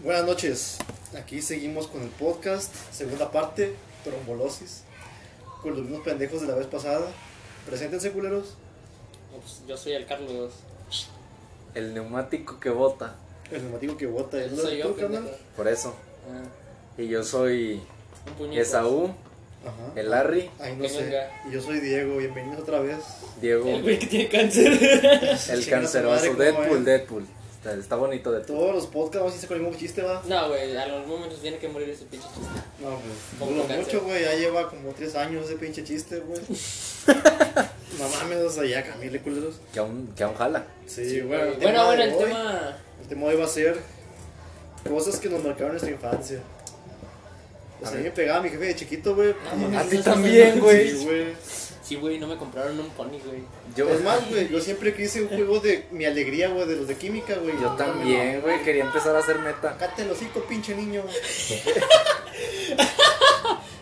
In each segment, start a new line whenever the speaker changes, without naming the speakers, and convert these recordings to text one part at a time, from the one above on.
Buenas noches, aquí seguimos con el podcast, segunda parte, trombolosis, con los mismos pendejos de la vez pasada. Preséntense, culeros.
Pues, yo soy el Carlos.
El neumático que bota,
El neumático que bota, ¿no lo
soy yo,
tú, carnal?
pendejo.
por eso.
Ah,
Y yo soy
un puñito.
Esaú,
Ajá.
el Larry,
Ahí no
Que
sé.
venga.
Y yo soy Diego, bienvenidos otra vez.
Diego,
El güey que tiene cáncer.
Chinga
el
su madre,
canceroso,
¿cómo
Deadpool,
es?
Deadpool. Está, está bonito Deadpool.
Todos los podcasts vamos a hacer con el mismo chiste, va.
no, güey, a los momentos tiene que morir ese pinche chiste.
No, pues.
Con
Duro
cáncer.
mucho, güey. Ya lleva como tres años ese pinche chiste, güey. no mames, o sea, ya camile, culeros.
Que aún, que aún jala.
Sí,
Bueno,
güey. el tema
bueno,
de
el
hoy-
tema.
El tema de hoy va a ser cosas que nos marcaron nuestra infancia. O
A
sea, a
ver.
mí me pegaba mi jefe de chiquito, güey.
Ah, mames,
A
no
ti
sé
también,
Sí,
si-
güey.
güey.
Sí, güey, no me compraron un pony, güey.
Yo,
Es más, güey, yo siempre quise un juego de mi alegría, güey, de los de química, güey.
yo también, güey, quería empezar a hacer meta.
Cállate los hocico, pinche niño.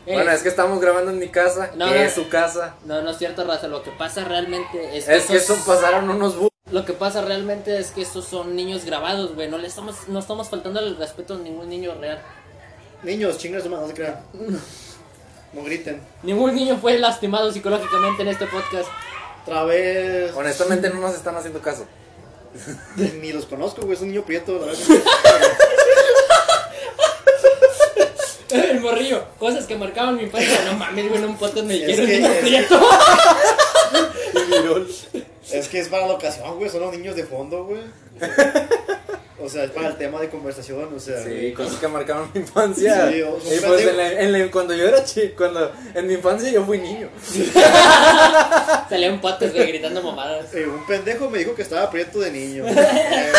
Eh,
Bueno, es que estamos grabando en mi casa,
No,
que
no.
es su casa.
No, no es cierto, raza. Lo que pasa realmente es que.
Es que eso
estos-
pasaron unos bu
Lo que pasa realmente es que estos son niños grabados, güey. No le estamos, no estamos faltando el respeto a ningún niño real.
Niños, chingas, no se crean. No griten.
Ningún niño fue lastimado psicológicamente en este podcast.
Otra vez.
Honestamente no nos están haciendo caso.
Ni los conozco, güey, es un niño prieto, la verdad.
El morrillo, cosas que marcaban mi infancia. No mames, güey, en un podcast me
Es
dijeron
que-
niño
es-
prieto.
Es que es para la ocasión, güey, son los niños de fondo, güey. O sea, es para el tema de conversación, o sea.
Sí, cosas que marcaron mi infancia.
Sí, o-
y pues en la- en la- cuando yo era chico, cuando en mi infancia yo fui niño.
Salían patas, güey, gritando mamadas.
Eh, un pendejo me dijo que estaba prieto de niño. Eh,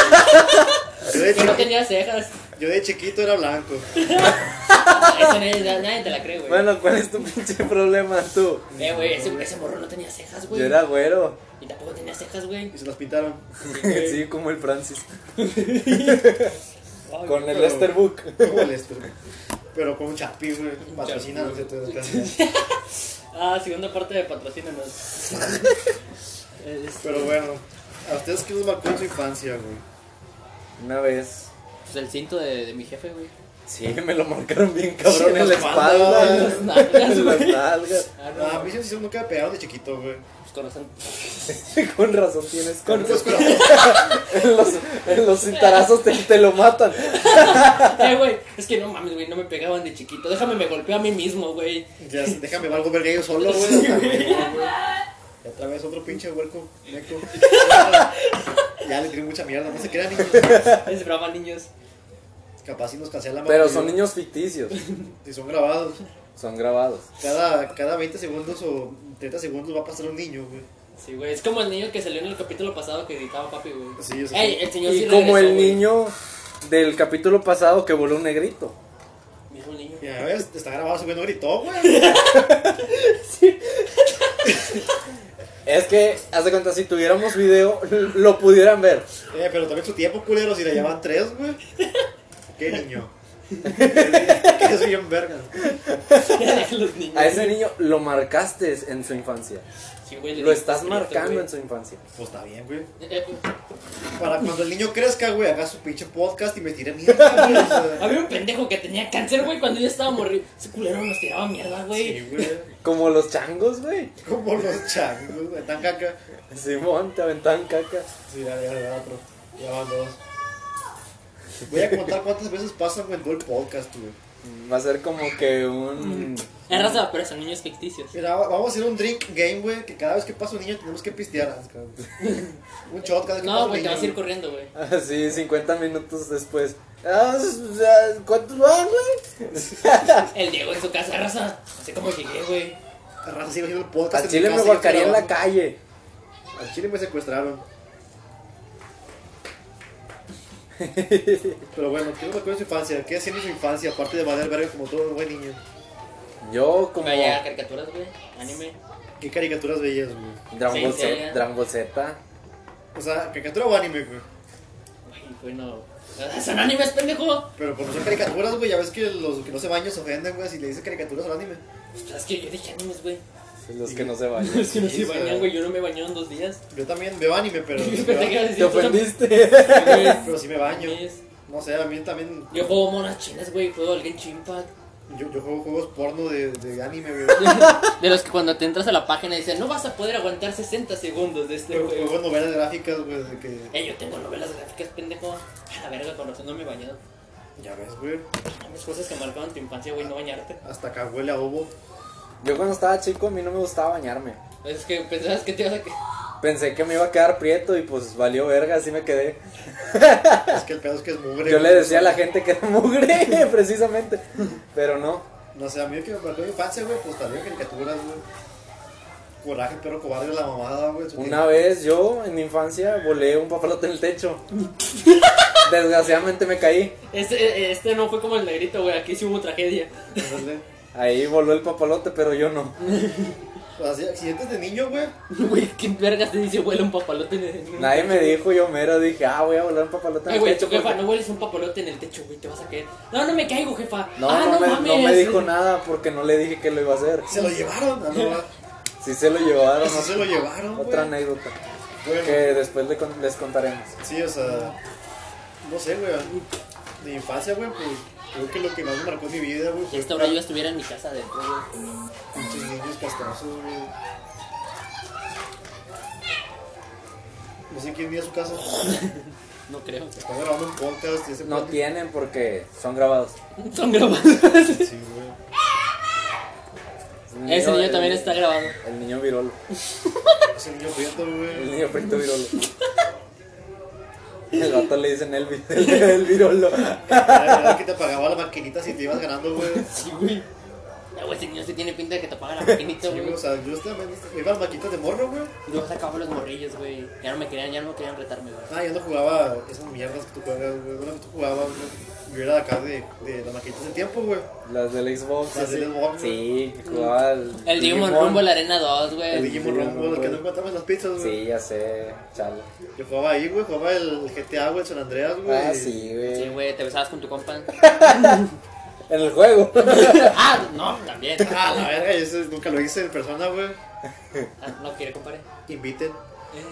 Yo de,
Que no
chiqui-
tenía cejas.
yo de chiquito era blanco.
Eso nadie, nadie te la cree, güey.
Bueno, ¿cuál es tu pinche problema tú?
eh, güey, ese, ese morro no tenía cejas, güey.
Yo era güero.
Y tampoco tenía cejas, güey.
Y se las pintaron.
güey.
Sí, como el Francis.
Ay,
Con el
pero-
Lester Book.
No molestes, güey. Pero con un chapi, güey. Patrocina, no sé, te
Ah, segunda parte de patrocínanos. Es-
Pero bueno, ¿a ustedes qué les marcó en su infancia, güey?
Una vez.
pues el cinto de, de mi jefe, güey.
Sí, me lo marcaron bien cabrón
Sí,
en la
las espaldas,
espalda.
En las nalgas,
En las
güey.
nalgas.
Ah,
Ah, a
no,
mí
pues
sí nunca me pegaron de chiquito, güey.
conocen.
Con razón tienes
Con
cáncer.
los corazones.
En los, en los cintarazos te, te lo matan.
Eh, güey, es que no mames, güey, no me pegaban de chiquito. Déjame, me golpeó a mí mismo, güey.
Ya, déjame valgo verga yo solo, güey.
Sí,
hasta
güey.
luego, güey. Y otra vez otro pinche huerco, meco. Ya le tiré mucha mierda, no se crean, niños.
Es brava, niños.
Capaz si nos cancelan.
Pero
porque-
son niños ficticios.
Si son grabados.
Son grabados.
Cada, cada 20 segundos o 30 segundos va a pasar un niño, güey.
Sí, güey, es como el niño que salió en el capítulo pasado que gritaba papi, güey.
Sí, eso
Ey,
fue.
el señor sí
Y como
regresó,
el
güey.
niño del capítulo pasado que voló un negrito.
Mira, un niño.
Ya ves, está grabado, ese güey no gritó, güey.
Es que, haz de cuenta, si tuviéramos video, lo pudieran ver.
Eh, pero también su tiempo, culero, si le llaman tres, güey. Qué niño. Qué es bien verga.
Los niños.
A ese niño lo marcaste en su infancia.
Sí, güey, le
Lo
dije,
estás
"Prieto,
marcando
güey".
en su infancia.
Pues está bien, güey.
Eh, eh,
Para cuando el niño crezca, güey, haga su pinche podcast y me tire mierda, güey. o sea.
Había un pendejo que tenía cáncer, güey, cuando yo estaba morrido. Ese culero nos tiraba mierda, güey.
Sí, güey.
Como los changos, güey.
Como los changos, güey. Tan caca.
Simón, te aventaban caca.
Sí, ya, ya, ya, otro. Ya van dos. Voy a contar cuántas veces pasan, güey, en todo el podcast, güey.
Va a ser como que
Mm.
un.
Es raza, pero son niños ficticios.
Mira, va- vamos a hacer un drink game, güey, que cada vez que pasa un niño tenemos que pistear. un shot cada vez que pasa
No,
un
güey, te
niño.
vas a ir corriendo, güey.
Así, 50 minutos después. Ah, o sea, ¿Cuántos van,
Pues
güey?
El Diego en su casa, raza. No sé cómo llegué, güey.
Raza, sigo haciendo el podcast.
Al
en
chile
mi
me
casa,
guacaría
yo
en la
grabando.
calle.
Al chile me secuestraron. Pero bueno, ¿qué me acuerdo de su infancia? ¿Qué hacía en su infancia? Aparte de valer verga como todo buen niño.
Yo, como.
Vaya, caricaturas, güey. Anime.
¿Qué caricaturas veías, güey?
Dragon Ball
Sí, sí,
Z.
ya.
Dragon Ball Z.
O sea, caricatura o anime, güey.
Güey, güey, no. Ah, Son animes, pendejo.
Pero por no ser caricaturas, güey, ya ves que los que no se bañan se ofenden, güey, si le dices caricaturas al anime.
Ostras, Es que yo dije animes, güey.
Los
Sí.
que no se vayan.
Es que no
Sí,
se bañan,
güey.
güey. Yo no me bañé en dos días.
Yo también veo anime, pero.
Yo pensé que ibas a decir,
Te
tú también,
ofendiste.
güey.
Pero sí me baño.
Animes.
No sé, a mí también.
Yo juego monas chinas, güey, juego al Genshin Impact.
Yo, yo juego juegos porno de, de anime, güey.
De los que cuando te entras a la página dicen, no vas a poder aguantar 60 segundos de este
Yo
juego.
juego novelas gráficas, güey, de que.
Eh, yo tengo novelas gráficas, pendejo. A la verga, con razón no me he bañado.
Ya ves, güey.
Las cosas que marcaron tu infancia, güey, no bañarte.
Hasta acá huele a ovo.
Yo cuando estaba chico a mí no me gustaba bañarme.
Es que pensabas que te ibas a... que-
Pensé que me iba a quedar prieto y pues valió verga, así me quedé.
Es que el pedo es que es mugre.
Yo
güey.
le decía a la gente que era mugre, precisamente. Pero no.
No sé, a mí el que me marcó mi infancia, güey, pues también caricaturas, güey. Coraje, perro cobarde, la mamada, güey. Eso
Una vez yo en mi infancia volé un papalote en el techo. Desgraciadamente me caí.
Este, este no fue como el negrito, güey, aquí sí hubo tragedia.
que- ándale.
Ahí voló el papalote, pero yo no.
Pues así, accidentes de niño, güey.
Güey, ¿qué vergas te dice huele un papalote en el...
Nadie me dijo, yo mero dije, ah, voy a volar un papalote en
Ay,
el
güey,
techo.
jefa,
porque-
no hueles un papalote en el techo, güey, te vas a caer. No, no me caigo, jefa.
No,
ah,
no,
no,
me, no
mames.
me dijo nada porque no le dije que lo iba a hacer.
Se lo llevaron. Ah, no, va.
Si se lo llevaron,
Pues sí se lo llevaron, güey.
otra anécdota
Bueno,
que después le con- les contaremos.
sí, o sea. No sé, güey. De infancia, güey, pues creo que lo que más me marcó en mi vida, güey,
Y
fue.
esta hora yo estuviera en mi casa de güey.
Pinches niños castrosos, güey. No sé quién vive a su casa.
No creo.
Están grabando un podcast y ese
No
podcast-
tienen porque son grabados.
Son grabadas.
Sí, güey.
El
Ese niño
el-
también está grabado.
El niño virolo.
Es el niño prieto,
El
güey.
niño frito virolo. El vato le dicen Elvis, el, el virolo.
La verdad que te pagaba la maquinita si te ibas ganando, güey.
Sí, güey. Ah, güey, ese niño se tiene pinta de que te apaga la maquinita,
Sí, güey,
güey.
o sea, yo también iba a las maquinitas de morro, güey.
Yo sacaba los morrillos, güey. Ya no me querían, ya no me querían retarme, güey.
Ah, yo no jugaba esas mierdas que tú juegas, güey. Bueno, que tú jugabas, güey. Yo era de acá de, de las maquinitas del tiempo, güey.
Las del Xbox.
Las
sí,
del
sí.
Xbox,
Sí, que jugaba el.
El Digimon rumbo a la arena 2,
El
güey.
Digimon
Eh, sí,
Rumble, los que
güey.
no encontramos las pizzas, güey.
Sí, ya sé, chale.
Yo jugaba ahí, güey. Jugaba el GTA, güey, el San Andreas, güey.
Ah, sí,
Sí,
güey.
güey, te besabas con tu compa.
En el juego.
ah, no, también.
Ah, la verga, yo eso nunca lo hice en persona, güey.
Ah, no quiere, compadre. Eh,
Inviten.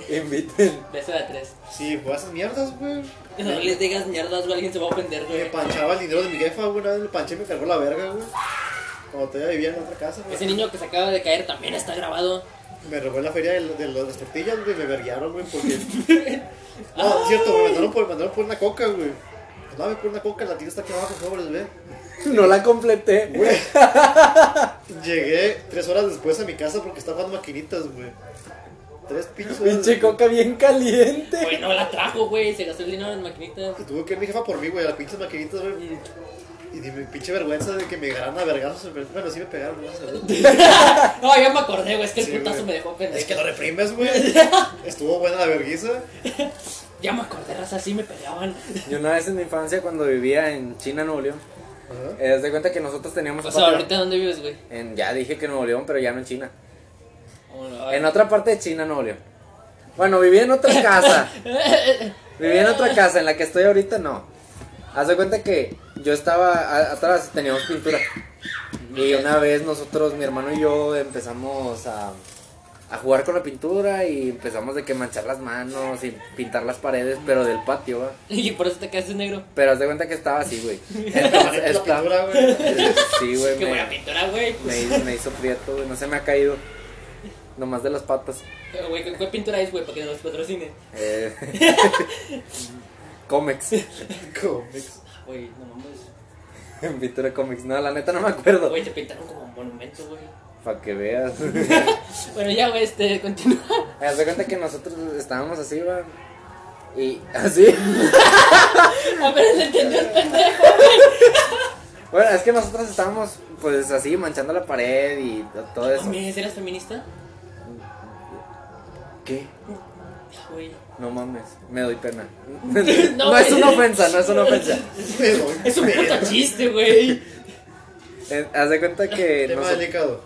Inviten.
Beso de a tres.
Sí, jugaba esas mierdas, güey.
No les digas mierdas, güey, alguien se va a ofender,
Me
güey.
panchaba el dinero de mi jefa, güey. Una vez me panché y me cargó la verga, güey. Cuando todavía vivía en otra casa, güey.
Ese niño que se acaba de caer también está grabado.
Me robó en la feria de, lo- de lo- las tortillas, güey, me verguearon, güey, porque... No, es cierto, me mandaron por, me mandaron por una coca, güey. Pues dame por una coca, la tía está aquí abajo, pobres, ve.
No la completé.
Güey. Llegué tres horas después a mi casa porque estaba jugando maquinitas, güey. Tres pinches horas.
Pinche coca bien caliente.
Güey, no la trajo, güey. Se gastó el dinero en maquinitas.
Y Tuvo que ir mi jefa por mí, güey, a las pinches maquinitas, güey. Y dime, pinche vergüenza de que me agarraron a vergazos. en- Bueno, sí me pegaron, no sé.
No, ya me acordé, güey. Es que el
Sí,
putazo
güey.
me dejó pendejo.
Es que lo reprimes, güey. Estuvo buena la vergüenza.
Ya me acordé, raza, así me peleaban.
Yo una vez en mi infancia cuando vivía en China, Nuevo León,
Ajá.
eh, haz de cuenta que nosotros teníamos
O sea,
patio-
ahorita dónde vives, güey.
en- ya dije que Nuevo León, pero ya no en China.
Vámonos, a ver.
En otra parte de China, Nuevo León. Bueno, vivía en otra casa. vivía en
Eh.
otra casa, en la que estoy ahorita no. Haz de cuenta que yo estaba a- atrás, teníamos pintura. Y una vez nosotros, mi hermano y yo, empezamos a, a jugar con la pintura y empezamos de que manchar las manos y pintar las paredes, pero del patio, ¿va?
Y por eso te quedaste negro.
Pero haz de cuenta que estaba así, güey.
Agarré
Entonces,
la
estaba-
pintura, güey.
Sí, güey.
Qué
me-
buena pintura, güey. pues.
me, hizo- me hizo prieto, güey. No se me ha caído. Nomás de las patas.
Eh, Güey, ¿qué, qué pintura es, güey? Para que nos patrocine.
Eh, cómics.
Cómics.
Ah, Güey, no mames.
En pintura cómics. No, la neta no me acuerdo.
Güey, te pintaron como un monumento, güey.
Para que veas.
Bueno, ya, güey, este, continúa.
Haz de cuenta que nosotros estábamos así, va. Y así.
Apenas entendió el pendejo.
Bueno, es que nosotros estábamos pues así manchando la pared y to- todo eso.
Mames, Oh, ¿eras feminista?
¿Qué?
Güey.
No mames, me doy pena.
No,
No es una
güey.
ofensa, no es una ofensa.
Pero,
Es un puto chiste, güey.
Eh, Haz de cuenta que
Tema
nosotros-
delicado.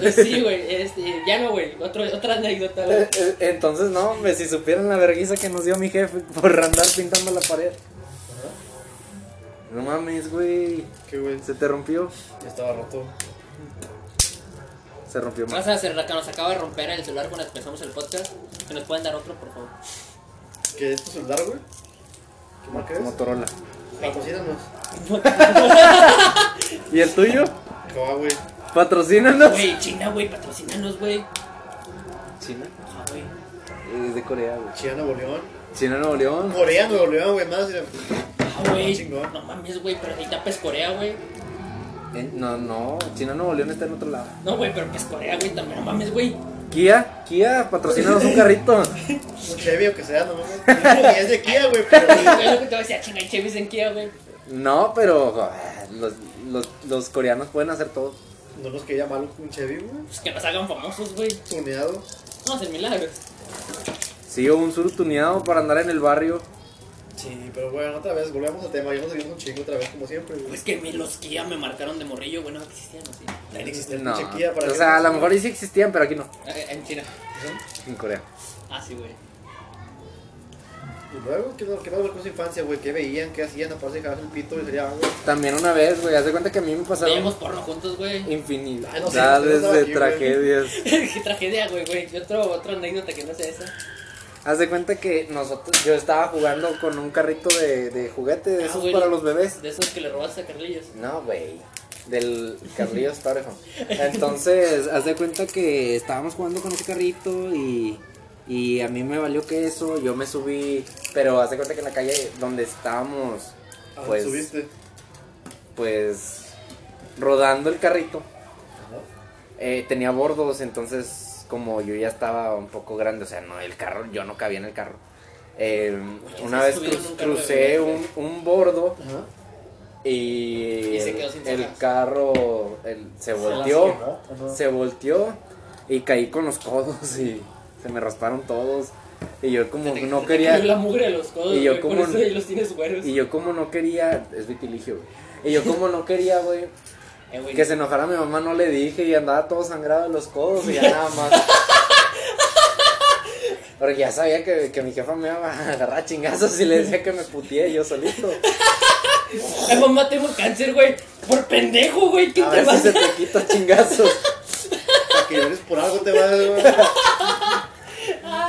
Pues Sí, güey, este, ya no, güey. Otro, otra anécdota, güey.
Eh, eh, Entonces, no, hombre, si supieran la vergüenza que nos dio mi jefe por andar pintando la pared. No mames, güey.
Qué güey.
Se te rompió.
Ya estaba roto.
Se rompió más.
Vas a hacer la que nos acaba de romper el celular cuando empezamos el podcast. Que nos pueden dar otro, por favor.
¿Qué es tu celular, güey? ¿Qué marca es?
Motorola.
Patrocínanos.
¿Y el tuyo?
Coa, güey.
Patrocínanos.
Güey, China, güey, patrocínanos, güey.
China.
Ah, güey.
Es de Corea, güey.
China, Nuevo León.
China, Nuevo León.
Corea, Nuevo León, güey. Más. mira.
Ah, güey.
Chingón.
No mames, güey, pero ahorita pescorea, güey.
Eh, No, no. China, Nuevo León está en otro lado.
No, güey, pero pescorea, güey, también. No mames, güey.
Kia, Kia, patrocínanos un carrito.
Un Chevy, aunque sea, no mames. Y Es de Kia, güey. Pero
Güey, lo que te voy a decir, ah, chinga, el Chevy es en Kia, güey.
No, pero joder, los, los, los coreanos pueden hacer todo.
no nos quería mal un Chevy, güey.
Pues que nos hagan famosos, güey.
Tuneado.
No hacen milagros.
Sí, o un sur tuneado para andar en el barrio.
Sí, pero bueno, otra vez, volvemos al tema. Ya nos vimos un chingo otra vez, como siempre, güey.
Pues que me- los Kia me marcaron de morrillo, güey, no existían así.
La inexistente
No.
pinche Kia para
O
que-
sea, a lo mejor ahí sí existían, pero aquí no.
Eh, En China.
En Corea.
Ah, sí, güey.
Y luego, ¿qué, qué más con su infancia, güey? ¿Qué veían? ¿Qué hacían? Aparte de dejarse el pito y sería agua.
También una vez, güey, haz de cuenta que a mí me
Veíamos
pasaron
porno juntos, güey.
Ay, no sé, Ah, no sé, no
infinidades
estaba
de
aquí, güey.
tragedias.
Qué tragedia, güey, güey. Y otro, otra anécdota que no sea esa.
Haz de cuenta que nosotros, yo estaba jugando con un carrito de, de juguete de
Ah,
esos
güey.
para los bebés.
De esos que le robas a Carlillos.
No, güey. Del carrillo está orejón. Entonces, haz de cuenta que estábamos jugando con ese carrito y, y a mí me valió que eso. Yo me subí, pero haz de cuenta que en la calle donde estábamos,
Ah,
pues,
subiste.
pues, rodando el carrito, eh, tenía bordos. Entonces, como yo ya estaba un poco grande, o sea, no, el carro, yo no cabía en el carro. Eh, una
se
vez
subieron
cru-
un carro de
crucé
bebés,
un, un bordo
Ajá.
y,
Y se
el,
quedó sin
el
sacas.
carro el- se volteó, se volteó y caí con los codos y se me rasparon todos y yo como
Te-
no
te
quería
cayó la mugre de los codos,
y yo
güey, por
como-
eso ahí los tienes güeros.
y yo como no quería es vitiligio güey. y yo como no quería güey
Eh, güey,
que se enojara mi mamá no le dije y andaba todo sangrado de los codos y ya nada más porque ya sabía que, que mi jefa me iba a agarrar a chingazos y le decía que me puteé yo solito
Ay, mamá, tengo cáncer, güey. Por pendejo, güey. ¿Qué
a
te
ver si
vas
se te quita chingazos
Para que llores por algo te vas, güey.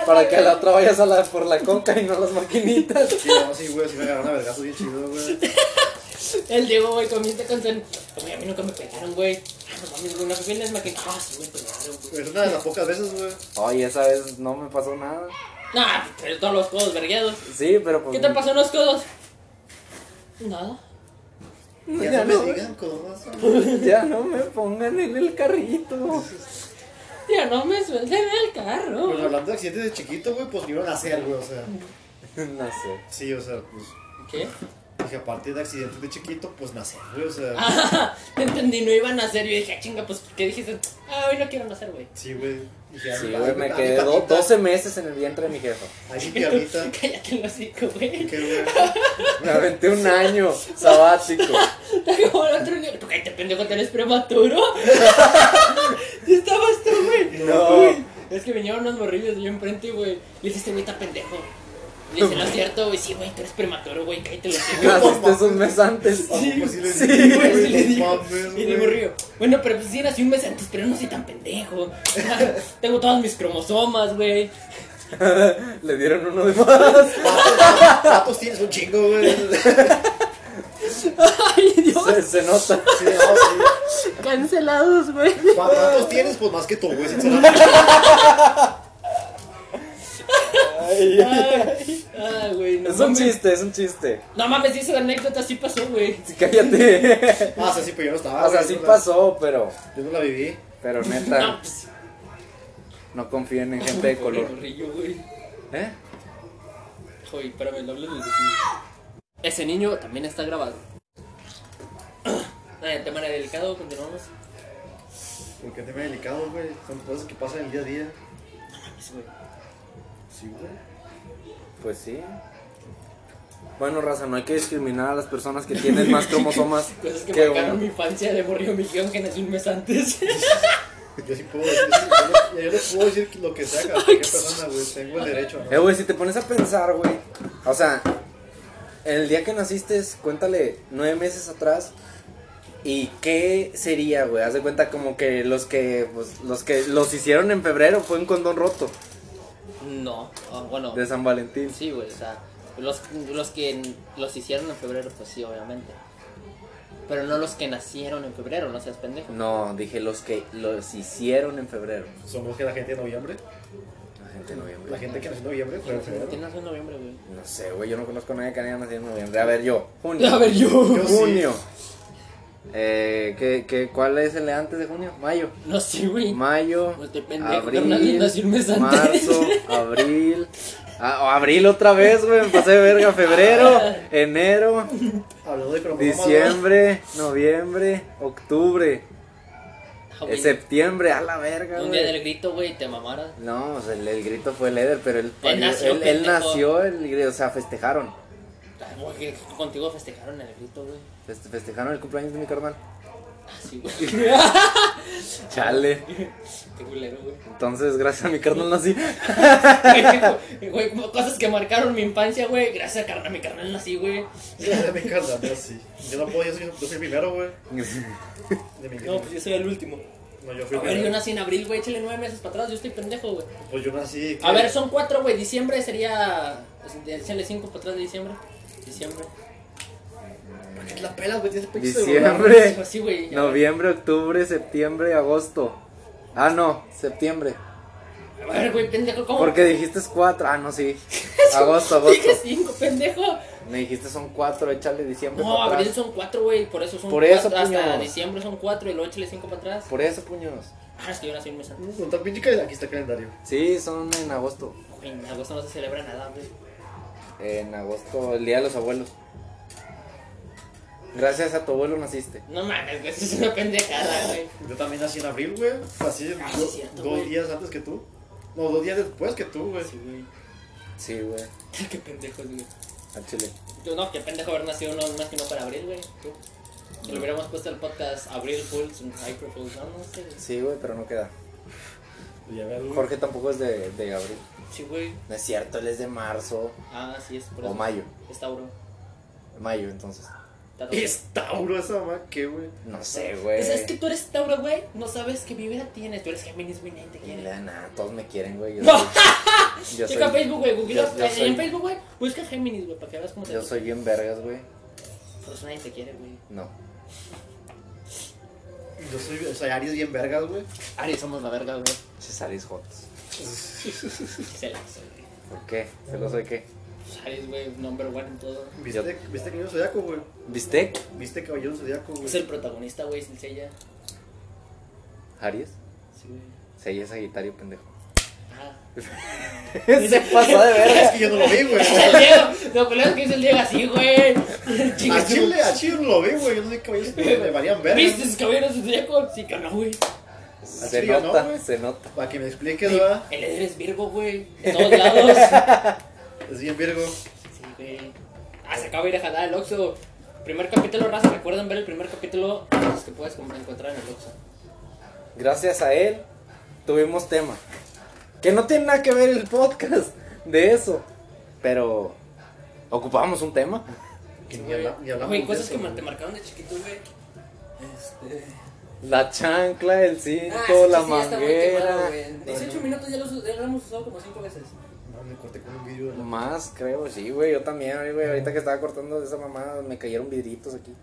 Para que a la otra vayas a la, por la coca y no a las maquinitas.
Sí, no, sí, güey, sí me agarraron a vergazo bien chido, güey.
El Diego, güey, comienza con cáncer. Güey, a mí nunca me pegaron, güey. Ah, no mames, güey, una vez vienes maquillaje. Ah, sí, me pegaron, güey.
Es una de las pocas veces, güey.
Ay, esa vez no me pasó nada.
Nah, pero todos los codos vergueados.
Sí, pero pues.
¿Qué te pasó en los codos? Nada.
Ya,
Ya
no me
no,
digan cosas.
Ya no me pongan en el carrito.
Ya no me suelten el carro.
Pues hablando de accidentes de chiquito, güey, pues ni iban a hacer, güey, o sea.
No sé.
Sí, o sea, pues.
¿Qué?
Dije, aparte de accidentes de chiquito, pues nacer, güey, o sea.
Ah, te entendí, no iban a hacer. Yo dije, ah, chinga, pues, ¿qué dijiste? Ah, hoy no quiero nacer, güey.
Sí, güey. Dije,
Sí,
ay,
güey,
ay,
me
ay,
quedé do-
patita,
12 meses en el vientre de mi jefa.
Ay, mi piernita.
Cállate el hocico, güey.
¿Qué, güey?
Me aventé un año sabático.
Está como el otro niño. Tú cállate, pendejo, te eres prematuro. ¿Sí estabas tú, güey?
No.
Es que vinieron unos morrillos de yo enfrente, güey. Y dice, este güey está pendejo. Le dice, no es cierto, güey. Sí, güey, tú eres prematuro, güey. Cállate el hocico.
Naciste un mes antes.
¿A poco Oh, pues sí le
Sí,
dije,
Güey, sí le
no
digo.
mames,
Y le
güey.
morrió. Bueno, pero pues sí nací un mes antes, pero no soy tan pendejo. Tengo todos mis cromosomas, güey.
Le dieron uno de más.
Patos, patos tienes un chingo, güey. Sí,
Ay, Dios.
Se, se nota.
no, sí.
Cancelados, güey.
Pa- ¿Cuántos tienes? Pues más que tú, güey, sinceramente.
Ay.
Ay, güey, no
Es un
mames.
chiste, es un chiste.
No mames, esa anécdota sí pasó, güey.
Sí, Cállate.
Ah, o sea, sí, pero yo no estaba.
O sea,
güey,
sí
yo no la-
pasó, pero.
Yo no la viví.
Pero
No,
neta,
pues.
no confíen en gente de
pobre
color.
morrillo, güey.
¿Eh?
Joder, espérame, lo hablo desde aquí. Ese niño también está grabado. Ah, el tema era delicado, continuamos.
Porque tema delicado, güey. Son cosas que pasan el día a día.
Mames, güey.
Sí, güey.
Pues sí. Bueno, raza, no hay que discriminar a las personas que tienen más cromosomas
Cosas Pues que
que
marcaron
uno.
mi infancia de morrillo, me dijeron que nací un mes antes.
Yo sí puedo decir, yo, no- yo no puedo decir lo que sea a cualquier persona, güey. Tengo el derecho,
Eh,
¿no?
güey, si te pones a pensar, güey. O sea, el día que naciste, cuéntale nueve meses atrás. ¿Y qué sería, güey? Haz de cuenta como que los que, pues, los que los hicieron en febrero fue un condón roto
No, ah, bueno.
de San Valentín.
Sí, güey, o sea, Los, los que los hicieron en febrero, pues sí, obviamente. Pero no los que nacieron en febrero, no seas pendejo.
No, dije los que los hicieron en febrero.
Somos que la gente de noviembre.
La gente de noviembre.
La gente que nació en noviembre, pero en febrero.
¿Quién nació en noviembre, güey?
No sé, güey, yo no conozco a nadie que haya nacido en noviembre. A ver, yo. Junio.
A ver, yo.
Yo sí.
Junio. Eh, ¿qué, qué, ¿Cuál es el de antes de junio? Mayo.
No sé, güey.
Mayo.
No estoy pendejo, carnal,
Abril.
nací un mes antes.
Marzo. Abril. Ah, oh, abril otra vez, güey. me Pasé de verga. Febrero.
Ah.
Enero.
Hablando de cromosoma.
Diciembre. Noviembre. Octubre.
Ah, güey,
eh, septiembre. A la verga,
Un día
güey.
del grito, güey, te mamaron.
No, o sea, el, el grito fue el Eder, pero él,
Él nació,
él- él
pendejo.
nació, el grito, o sea, festejaron.
Ay, güey, que Contigo festejaron el grito, güey.
Feste- festejaron el cumpleaños de mi carnal.
Ah, sí, güey.
Chale.
Qué culero, güey.
Entonces, gracias a mi carnal nací.
Güey, güey, como cosas que marcaron mi infancia, güey. Gracias a, carnal, a mi carnal nací, güey.
Me encanta, pero sí. Yo no puedo, yo soy, yo soy el primero, güey. De mi
No, pues yo soy el último.
No, yo fui
A
el
ver,
primero.
yo nací en abril, güey. Échale nueve meses para atrás. Yo estoy pendejo, güey.
Pues yo nací. ¿qué?
A ver, son cuatro, güey. Diciembre sería. Échale cinco para atrás de diciembre. Diciembre.
¿Para qué te la pelas, güey? Tienes pinche celular.
Diciembre,
Así, pues güey. ya.
noviembre, octubre, septiembre, agosto. Ah, no, septiembre.
A ver, güey, pendejo, ¿cómo?
Porque dijiste es cuatro. Ah, no, sí. Agosto, agosto.
Dije cinco, pendejo.
Me dijiste son cuatro, échale diciembre.
No,
para
abril
atrás.
son cuatro, güey. Por eso son
Por eso,
cuatro. Hasta
puño.
diciembre son cuatro y luego échale cinco para atrás.
Por eso, puños.
Ah, es que yo nací un mes antes.
No, tan pinche que aquí está el calendario.
Sí, son en agosto.
Güey, en agosto no se celebra nada, güey.
En agosto, el día de los abuelos. Gracias a tu abuelo naciste.
No mames, güey, eso es una pendejada, güey.
Yo también nací en abril, güey. Así,
Ah,
do-
sí, cierto,
dos
güey.
días antes que tú. No, dos días después que tú, güey.
Sí, güey.
Sí, güey.
Qué pendejos, güey.
A Chile.
Yo no, qué pendejo haber nacido uno más que uno para abril, güey. Tú. Si le hubiéramos puesto el podcast Abril Fools, un April Fools, no, no sé. güey.
Sí, güey, pero no queda.
pues
Y a ver, güey.
Jorge tampoco es de, de abril.
Sí, güey.
No es cierto, él es de marzo
Ah, sí, es por
o mayo.
Es Tauro.
Mayo, entonces.
Tauro.
Es Tauro esa mamá, ¿qué, güey?
No sé, güey.
Es, es que tú eres Tauro, güey. No sabes qué vibra tienes. Tú eres Géminis, güey, nadie te
Ni
quiere.
la nada, todos me quieren, güey. Yo
No.
soy- yo
Checa
soy-
Facebook, güey. Google.
yo- yo
eh,
soy-
En Facebook, güey. Busca Géminis, güey, para que veas cómo te
Yo soy bien vergas, güey.
Por eso nadie te quiere, güey.
No.
Yo soy, o sea, Aries bien vergas, güey.
Ari, somos la verga, güey.
Cesaris Jotos.
Se la soy, güey.
¿Por qué? ¿Se lo soy qué?
Pues Aries, güey, number one en todo.
¿Viste, ¿viste que yo zodiaco, güey?
¿Bistec?
¿Viste caballero zodiaco, güey?
Es el protagonista, güey, es el Sella.
¿Aries?
Sí, güey.
Sí, es Sagitario, pendejo.
Ah.
Se pasó de verga.
Es que yo no lo vi, güey.
El Diego, lo peor es que es el Diego así, güey.
A
Chingas,
Ah, Chile, a Chile no lo vi, güey. Yo no sé qué caballero zodiaco, me varían
¿Viste
vergas.
sus caballeros de Diego? Sí, que no, güey.
Se
Así ya no,
nota,
güey.
se nota.
Para que me expliques,
El
¿verdad?
Eder es Virgo, güey. De todos lados.
Es bien virgo.
Sí, güey. Ah, se acaba de ir a jalar el Oxxo. Primer capítulo, raza. Recuerden ver el primer capítulo de los que puedes com- encontrar en el Oxxo.
Gracias a él tuvimos tema. Que no tiene nada que ver el podcast de eso. Pero ocupábamos un tema.
Y ni
Güey,
habla- ni hablamos
Güey,
de
cosas
eso,
que ma-
güey.
te marcaron de chiquito, güey. Este.
La chancla, el cinto,
Ah, ese
la
sí ya está muy quemado,
manguera.
güey. En 18 minutos ya los- ya lo hemos usado como 5 veces.
No, me corté con un vidrio. de la-
Más, creo, sí, güey. Yo también, ay, güey. Ahorita que estaba cortando esa mamada, me cayeron vidritos aquí.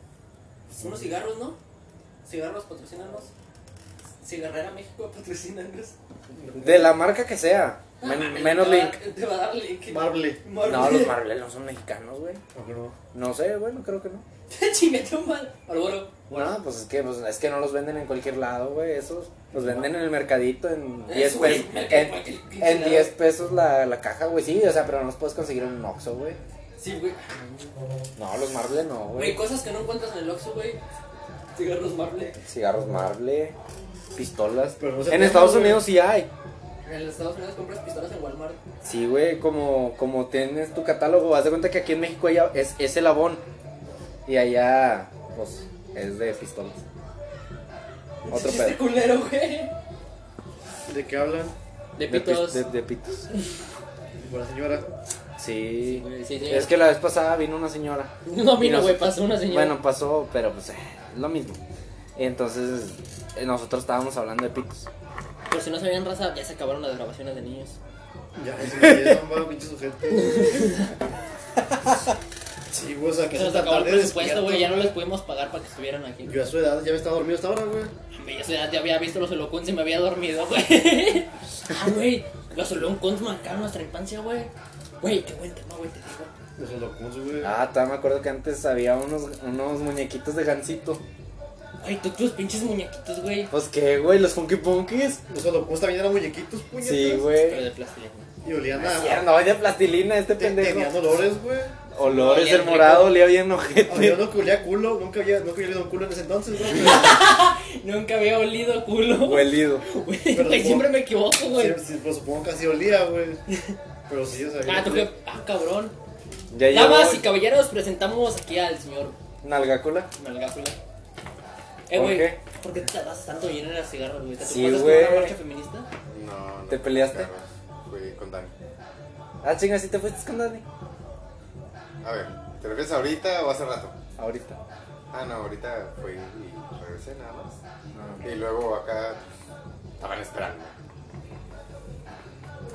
Unos cigarros, ¿no? Cigarros, patrocínanos. Cigarrera México, patrocínanos.
De la marca que sea.
No
Men-
mames,
menos
te va a
Link.
dar- Te va a dar link.
Marble.
Marble.
No, los Marvel no son mexicanos, güey.
¿O que no?
No sé, bueno, creo que no.
Chinga tu madre. Marlboro.
Bueno, pues es que, pues, es que no los venden en cualquier lado, güey. Esos los venden en el mercadito en
Ah,
10
güey,
pesos.
mercado,
En,
cualquier pinche
en
lado.
10 pesos la, la caja, güey. Sí, o sea, pero no los puedes conseguir en un Oxxo, güey.
Sí, güey.
No, los Marble no,
Güey,
güey.
cosas que no encuentras en el Oxxo, güey. Cigarros Marble.
Cigarros Marble, pistolas.
Pero no se
en
venden,
Estados
güey.
Unidos sí hay.
En los Estados Unidos compras pistolas en Walmart.
Sí, güey, como, como tienes tu catálogo, haz de cuenta que aquí en México ya es, es el abón. Y allá, pues, es de pistolas. Otro
Chiste
pedo.
culero, güey.
¿De qué hablan?
De
De, pis-
pitos.
de- de pitos.
Buena señora.
Sí.
Güey, sí, sí.
Es que la vez pasada vino una señora.
No vino,
Y nos-
güey, pasó una señora.
Bueno, pasó, pero pues eh, lo mismo. Entonces, eh, nosotros estábamos hablando de pitos.
Por si no sabían raza, ya se acabaron las grabaciones de niños.
Ya, se me quedó, mamá, pinche sujeto. Sí, güey, o sea, que
Se nos
hacen
acabó el
tarde
presupuesto,
despierto,
güey. Ya no les pudimos pagar para que estuvieran aquí.
Yo a su edad ya me estaba dormido hasta ahora, güey.
Hombre, yo a su edad ya había visto los holocuns y me había dormido, güey. Ah, güey. Los holocuns marcaron nuestra infancia, güey. Güey, qué buen tema, güey, te digo.
Los holocuns, güey.
Ah, todavía me acuerdo que antes había unos, unos muñequitos de Gansito.
Güey, tú tus pinches muñequitos, güey.
Pues qué, güey, los Funky Punkies.
Los holocuns también eran muñequitos, puñetas.
Sí,
Pero
güey.
de plastilina.
Y olían
Sí,
a.
andaba de plastilina este
Ah. te- Tenían
pendejo.
olores, güey.
Olores,
Olía
el morado
rico.
olía bien
Yo
ojete.
no culé a culo, nunca había, nunca había olido un culo en ese entonces, güey.
Nunca había olido culo. Güey,
Huelido.
Pero
güey,
no.
siempre me equivoco, güey.
Pero, sí, pues, supongo que así olía, güey. Pero sí, o sea.
Ah,
yo-
tú qué. Ah, cabrón.
Ya
Damas y
llegó
caballeros, presentamos aquí al señor
Nalgácula.
Malgácula. Eh,
¿Por
güey,
qué?
¿por qué te tardas tanto en llenar las cigarros, güey? ¿Te
Sí,
acuerdas de
güey.
una marcha feminista?
No, no.
¿Te peleaste?
claro, Fui con Dani.
Ah, chinga, si te fuiste con Dani.
A ver, ¿te refieres ahorita o hace rato?
Ahorita.
Ah, no, ahorita fui y regresé nada más. Y luego acá estaban esperando.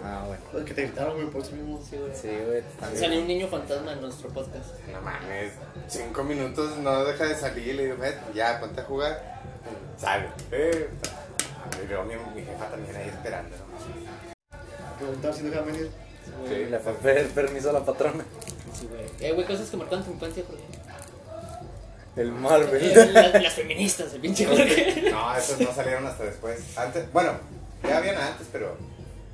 Ah, bueno.
Los que te gritaron, güey, por eso mismo.
Sí, güey.
Sí, güey. también.
Salió un niño fantasma en nuestro podcast.
No mames, cinco minutos no deja de salir. Le digo, "Ven, ya, ponte a jugar. Sale. Eh, y luego mi, mi jefa también ahí esperando. ¿no?
Preguntar si dejan venir.
Sí, güey.
Sí, Le fue a pedir permiso a la patrona.
Sí, güey. Eh, güey, cosas que marcaron tu infancia, Jorge.
El
Eh,
Marvel.
las, las feministas, el pinche Jorge.
No, esas no salieron hasta después. Antes, bueno, ya habían antes, pero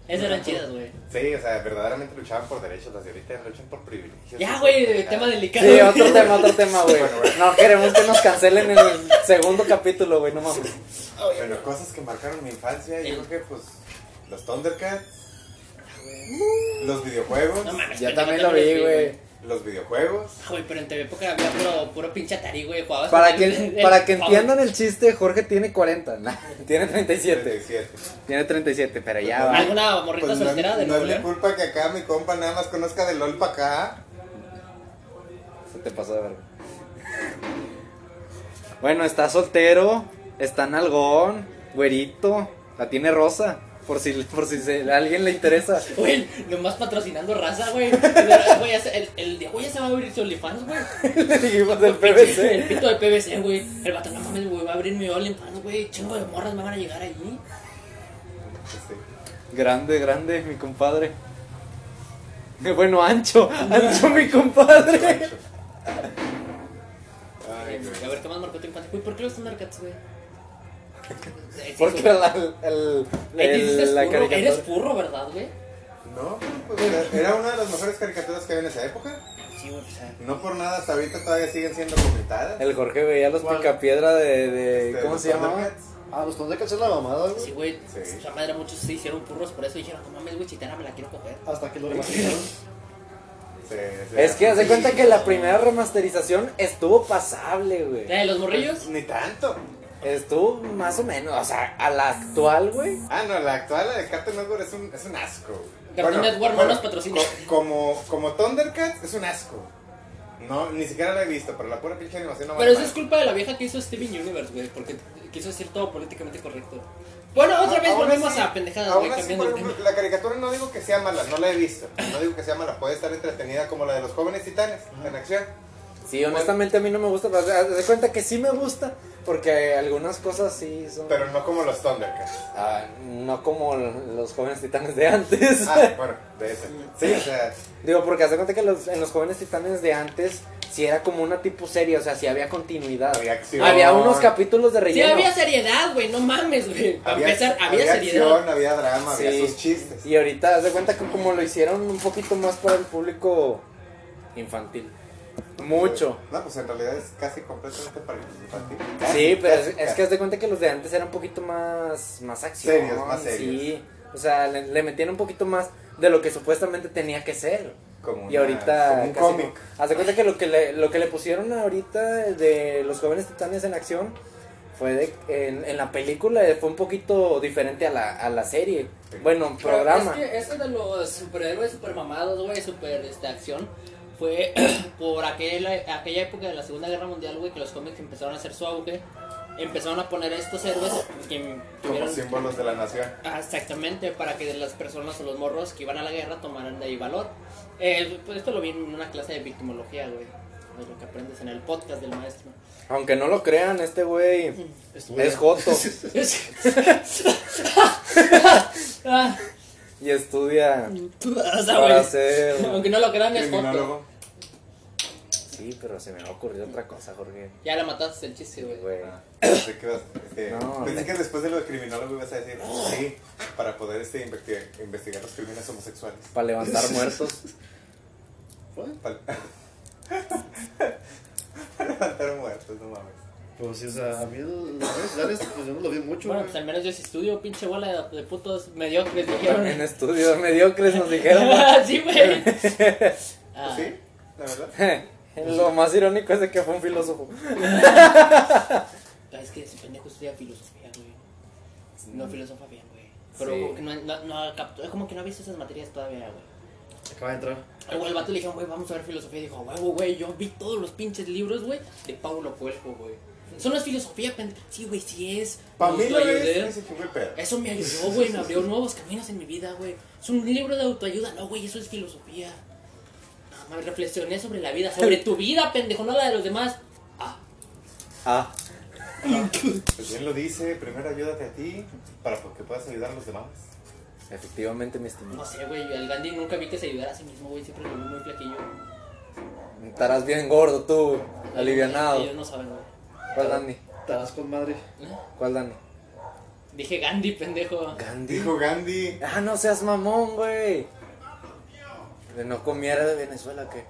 Esas eran chidas, güey.
sí, o sea, verdaderamente luchaban por derechos. Las de ahorita luchan por privilegios.
Ya, güey, tema delicado.
Sí, otro tema, otro tema, güey.
Bueno, bueno.
No queremos que nos cancelen en el segundo capítulo, güey, no mames.
Pero cosas que marcaron mi infancia, yo creo que pues los Thundercats, los videojuegos,
No mames,
Ya
pendejo,
también
no
lo vi,
güey.
güey.
los videojuegos.
Ah, güey, pero en TV época había puro, puro pinche atarí, güey. Jugabas
Para
con
que,
el- el-
para que
el-
entiendan el chiste, Jorge tiene 40. nah, tiene 37.
37.
Tiene 37, pero ya va.
¿Alguna morrita
Pues no,
soltera de
no es
Nuevo
mi
León?
culpa que acá mi compa nada más conozca de LOL para acá.
Se te pasó de verga. Bueno, está soltero, está nalgón, güerito, la tiene rosa, por si, por si se- a alguien le interesa.
Güey, nomás patrocinando raza, güey. Güey, ya se- El, el Diego ya se va a abrir su OnlyFans, güey.
le dijimos del
El
PVC.
pito de PVC, güey. El vato, no mames, güey, va a abrir mi OnlyFans, güey. Chingo de morras me van a llegar allí.
Este,
Grande, grande, mi compadre. Eh, Bueno, ancho, ancho, mi compadre.
ay, güey.
a ver, ¿qué más marcó tu infancia? Güey, ¿por qué los Thundercats, güey? Es
Porque
eso,
la, el- el-
güey. Eres- eres
la
furro,
caricatura.
Eres furro, ¿verdad, güey?
No, pues era- era una de las mejores caricaturas que había en esa época.
Sí, güey, o sea.
No por nada, hasta ahorita todavía siguen siendo comentadas.
El Jorge veía los
¿Cuál?
picapiedra de, de-
Este,
¿Cómo
los
se llamaba?
Thundercats.
Ah, los Thundercats es la mamada,
Sí,
güey.
güey.
Sí.
Esa madre, muchos se hicieron furros, por eso dijeron, no mames, güey, chitana, me la quiero coger.
Hasta que lo remarcaron.
Sí, sí.
Es que hace cuenta que la primera remasterización estuvo pasable, güey.
¿La de los morrillos?
Ni tanto.
Estuvo más o menos, o sea, a la actual, güey.
Ah, no, la actual, la de Cartoon Network es un, es un asco. güey.
Cartoon Network no nos patrocina.
co- como, como Thundercats es un asco. No, ni siquiera la he visto, pero la pura pinche animación no
Pero eso
vale
es culpa de la vieja que hizo Steven Universe, güey, porque quiso decir todo políticamente correcto. Bueno, otra vez
Ah, Aún
volvemos
así-
a pendejadas,
aún
güey,
así,
cambiando
por
el
ejemplo,
tema.
La caricatura no digo que sea mala, no la he visto. No digo que sea mala, puede estar entretenida como la de los jóvenes titanes en acción.
Sí, honestamente a mí no me gusta, pero haz de cuenta que sí me gusta, porque algunas cosas sí son...
Pero no como los Thundercats.
Ah, no como los jóvenes titanes de antes.
Ah, bueno, de ese. Sí, o sea,
Digo, porque haz de cuenta que los- en los jóvenes titanes de antes sí era como una tipo serie, o sea, sí había continuidad.
Había acción.
Había unos capítulos de
Sí,
relleno.
había seriedad, güey, no mames, güey. Para
había,
empezar, había,
había
seriedad.
acción, había drama,
Sí.
había sus chistes.
Y ahorita haz de cuenta que como lo hicieron un poquito más para el público infantil. Mucho.
No, pues en realidad es casi completamente para niños infantiles.
Sí,
Casi,
pero es,
casi,
es
casi.
que haz de cuenta que los de antes eran un poquito más, más acción.
Serios, más serios.
Sí, o sea, le, le metían un poquito más de lo que supuestamente tenía que ser.
Como
Y
una-
ahorita...
como un
casi
cómic.
no. Haz de cuenta que lo que, le, lo que le pusieron ahorita de los jóvenes titanes en acción fue de, en, en la película eh, fue un poquito diferente a la, a la serie.
Sí.
Bueno,
Pero
programa.
Es que eso de los superhéroes supermamados, güey, super este, acción, fue por aquel, aquella época de la Segunda Guerra Mundial, güey, que los cómics empezaron a hacer su auge. empezaron a poner estos héroes que
Como
tuvieron
símbolos de la nación.
Ah, exactamente para que las personas o los morros que iban a la guerra tomaran de ahí valor. Eh, pues esto lo vi en una clase de victimología, güey. De lo que aprendes en el podcast del maestro.
Aunque no lo crean, este güey es joto
Ah,
y estudia
o sea,
para
güey,
ser...
Aunque no lo crean, es foto.
Criminólogo.
Sí, pero se me ha ocurrido otra cosa, Jorge.
Ya la mataste el chiste, güey.
Güey.
Ah. Pensé que, ibas- este,
No,
pensé
le-
que después de lo de criminólogo ibas a decir, sí, para poder este, investigar, investigar los crímenes homosexuales.
Para levantar muertos.
Para, para levantar muertos, no mames.
Pues, o sea, a mí el- los venezolanos, pues yo no lo vi mucho,
Bueno,
güey.
pues al menos yo sí estudio, pinche bola de, de putos mediocres, dijeron.
También estudios mediocres nos dijeron.
sí, güey. Ah,
Sí, la verdad.
Lo más irónico es de que fue un filósofo.
Es que ese pendejo estudia filosofía, güey. No filosofa bien, güey. Pero
Sí.
como que no, no, no captó- es como que no ha visto esas materias todavía, güey. pues,
Acaba de entrar.
Luego el vato le dijeron, güey, vamos a ver filosofía. Y dijo, huevo, güey, yo vi todos los pinches libros, güey, de Paulo Coelho, güey. Eso no es filosofía, pendejo. Sí, güey, sí es.
Para
Nos
mí lo
ayudó.
es, ese fue el pedo.
Eso me ayudó, güey, me abrió nuevos caminos en mi vida, güey. Es un libro de autoayuda, no, güey, eso es filosofía. Nada más reflexioné sobre la vida, sobre tu vida, pendejo, no la de los demás. Ah,
Ah,
Pues bien lo dice, primero ayúdate a ti para que puedas ayudar a los demás.
efectivamente, mi
no
estimado.
sé, güey, yo al Gandhi nunca vi que se ayudara a sí mismo, güey, siempre lo vi muy flaquillo.
Estarás bien gordo tú, alivianado.
Ellos no saben, güey.
¿Cuál Dani?
Estarás con madre.
¿Eh?
¿Cuál Dani?
Dije Gandhi, pendejo.
Gandhi.
Dijo Gandhi.
Ah, no seas mamón, güey. De no comiera de Venezuela, que.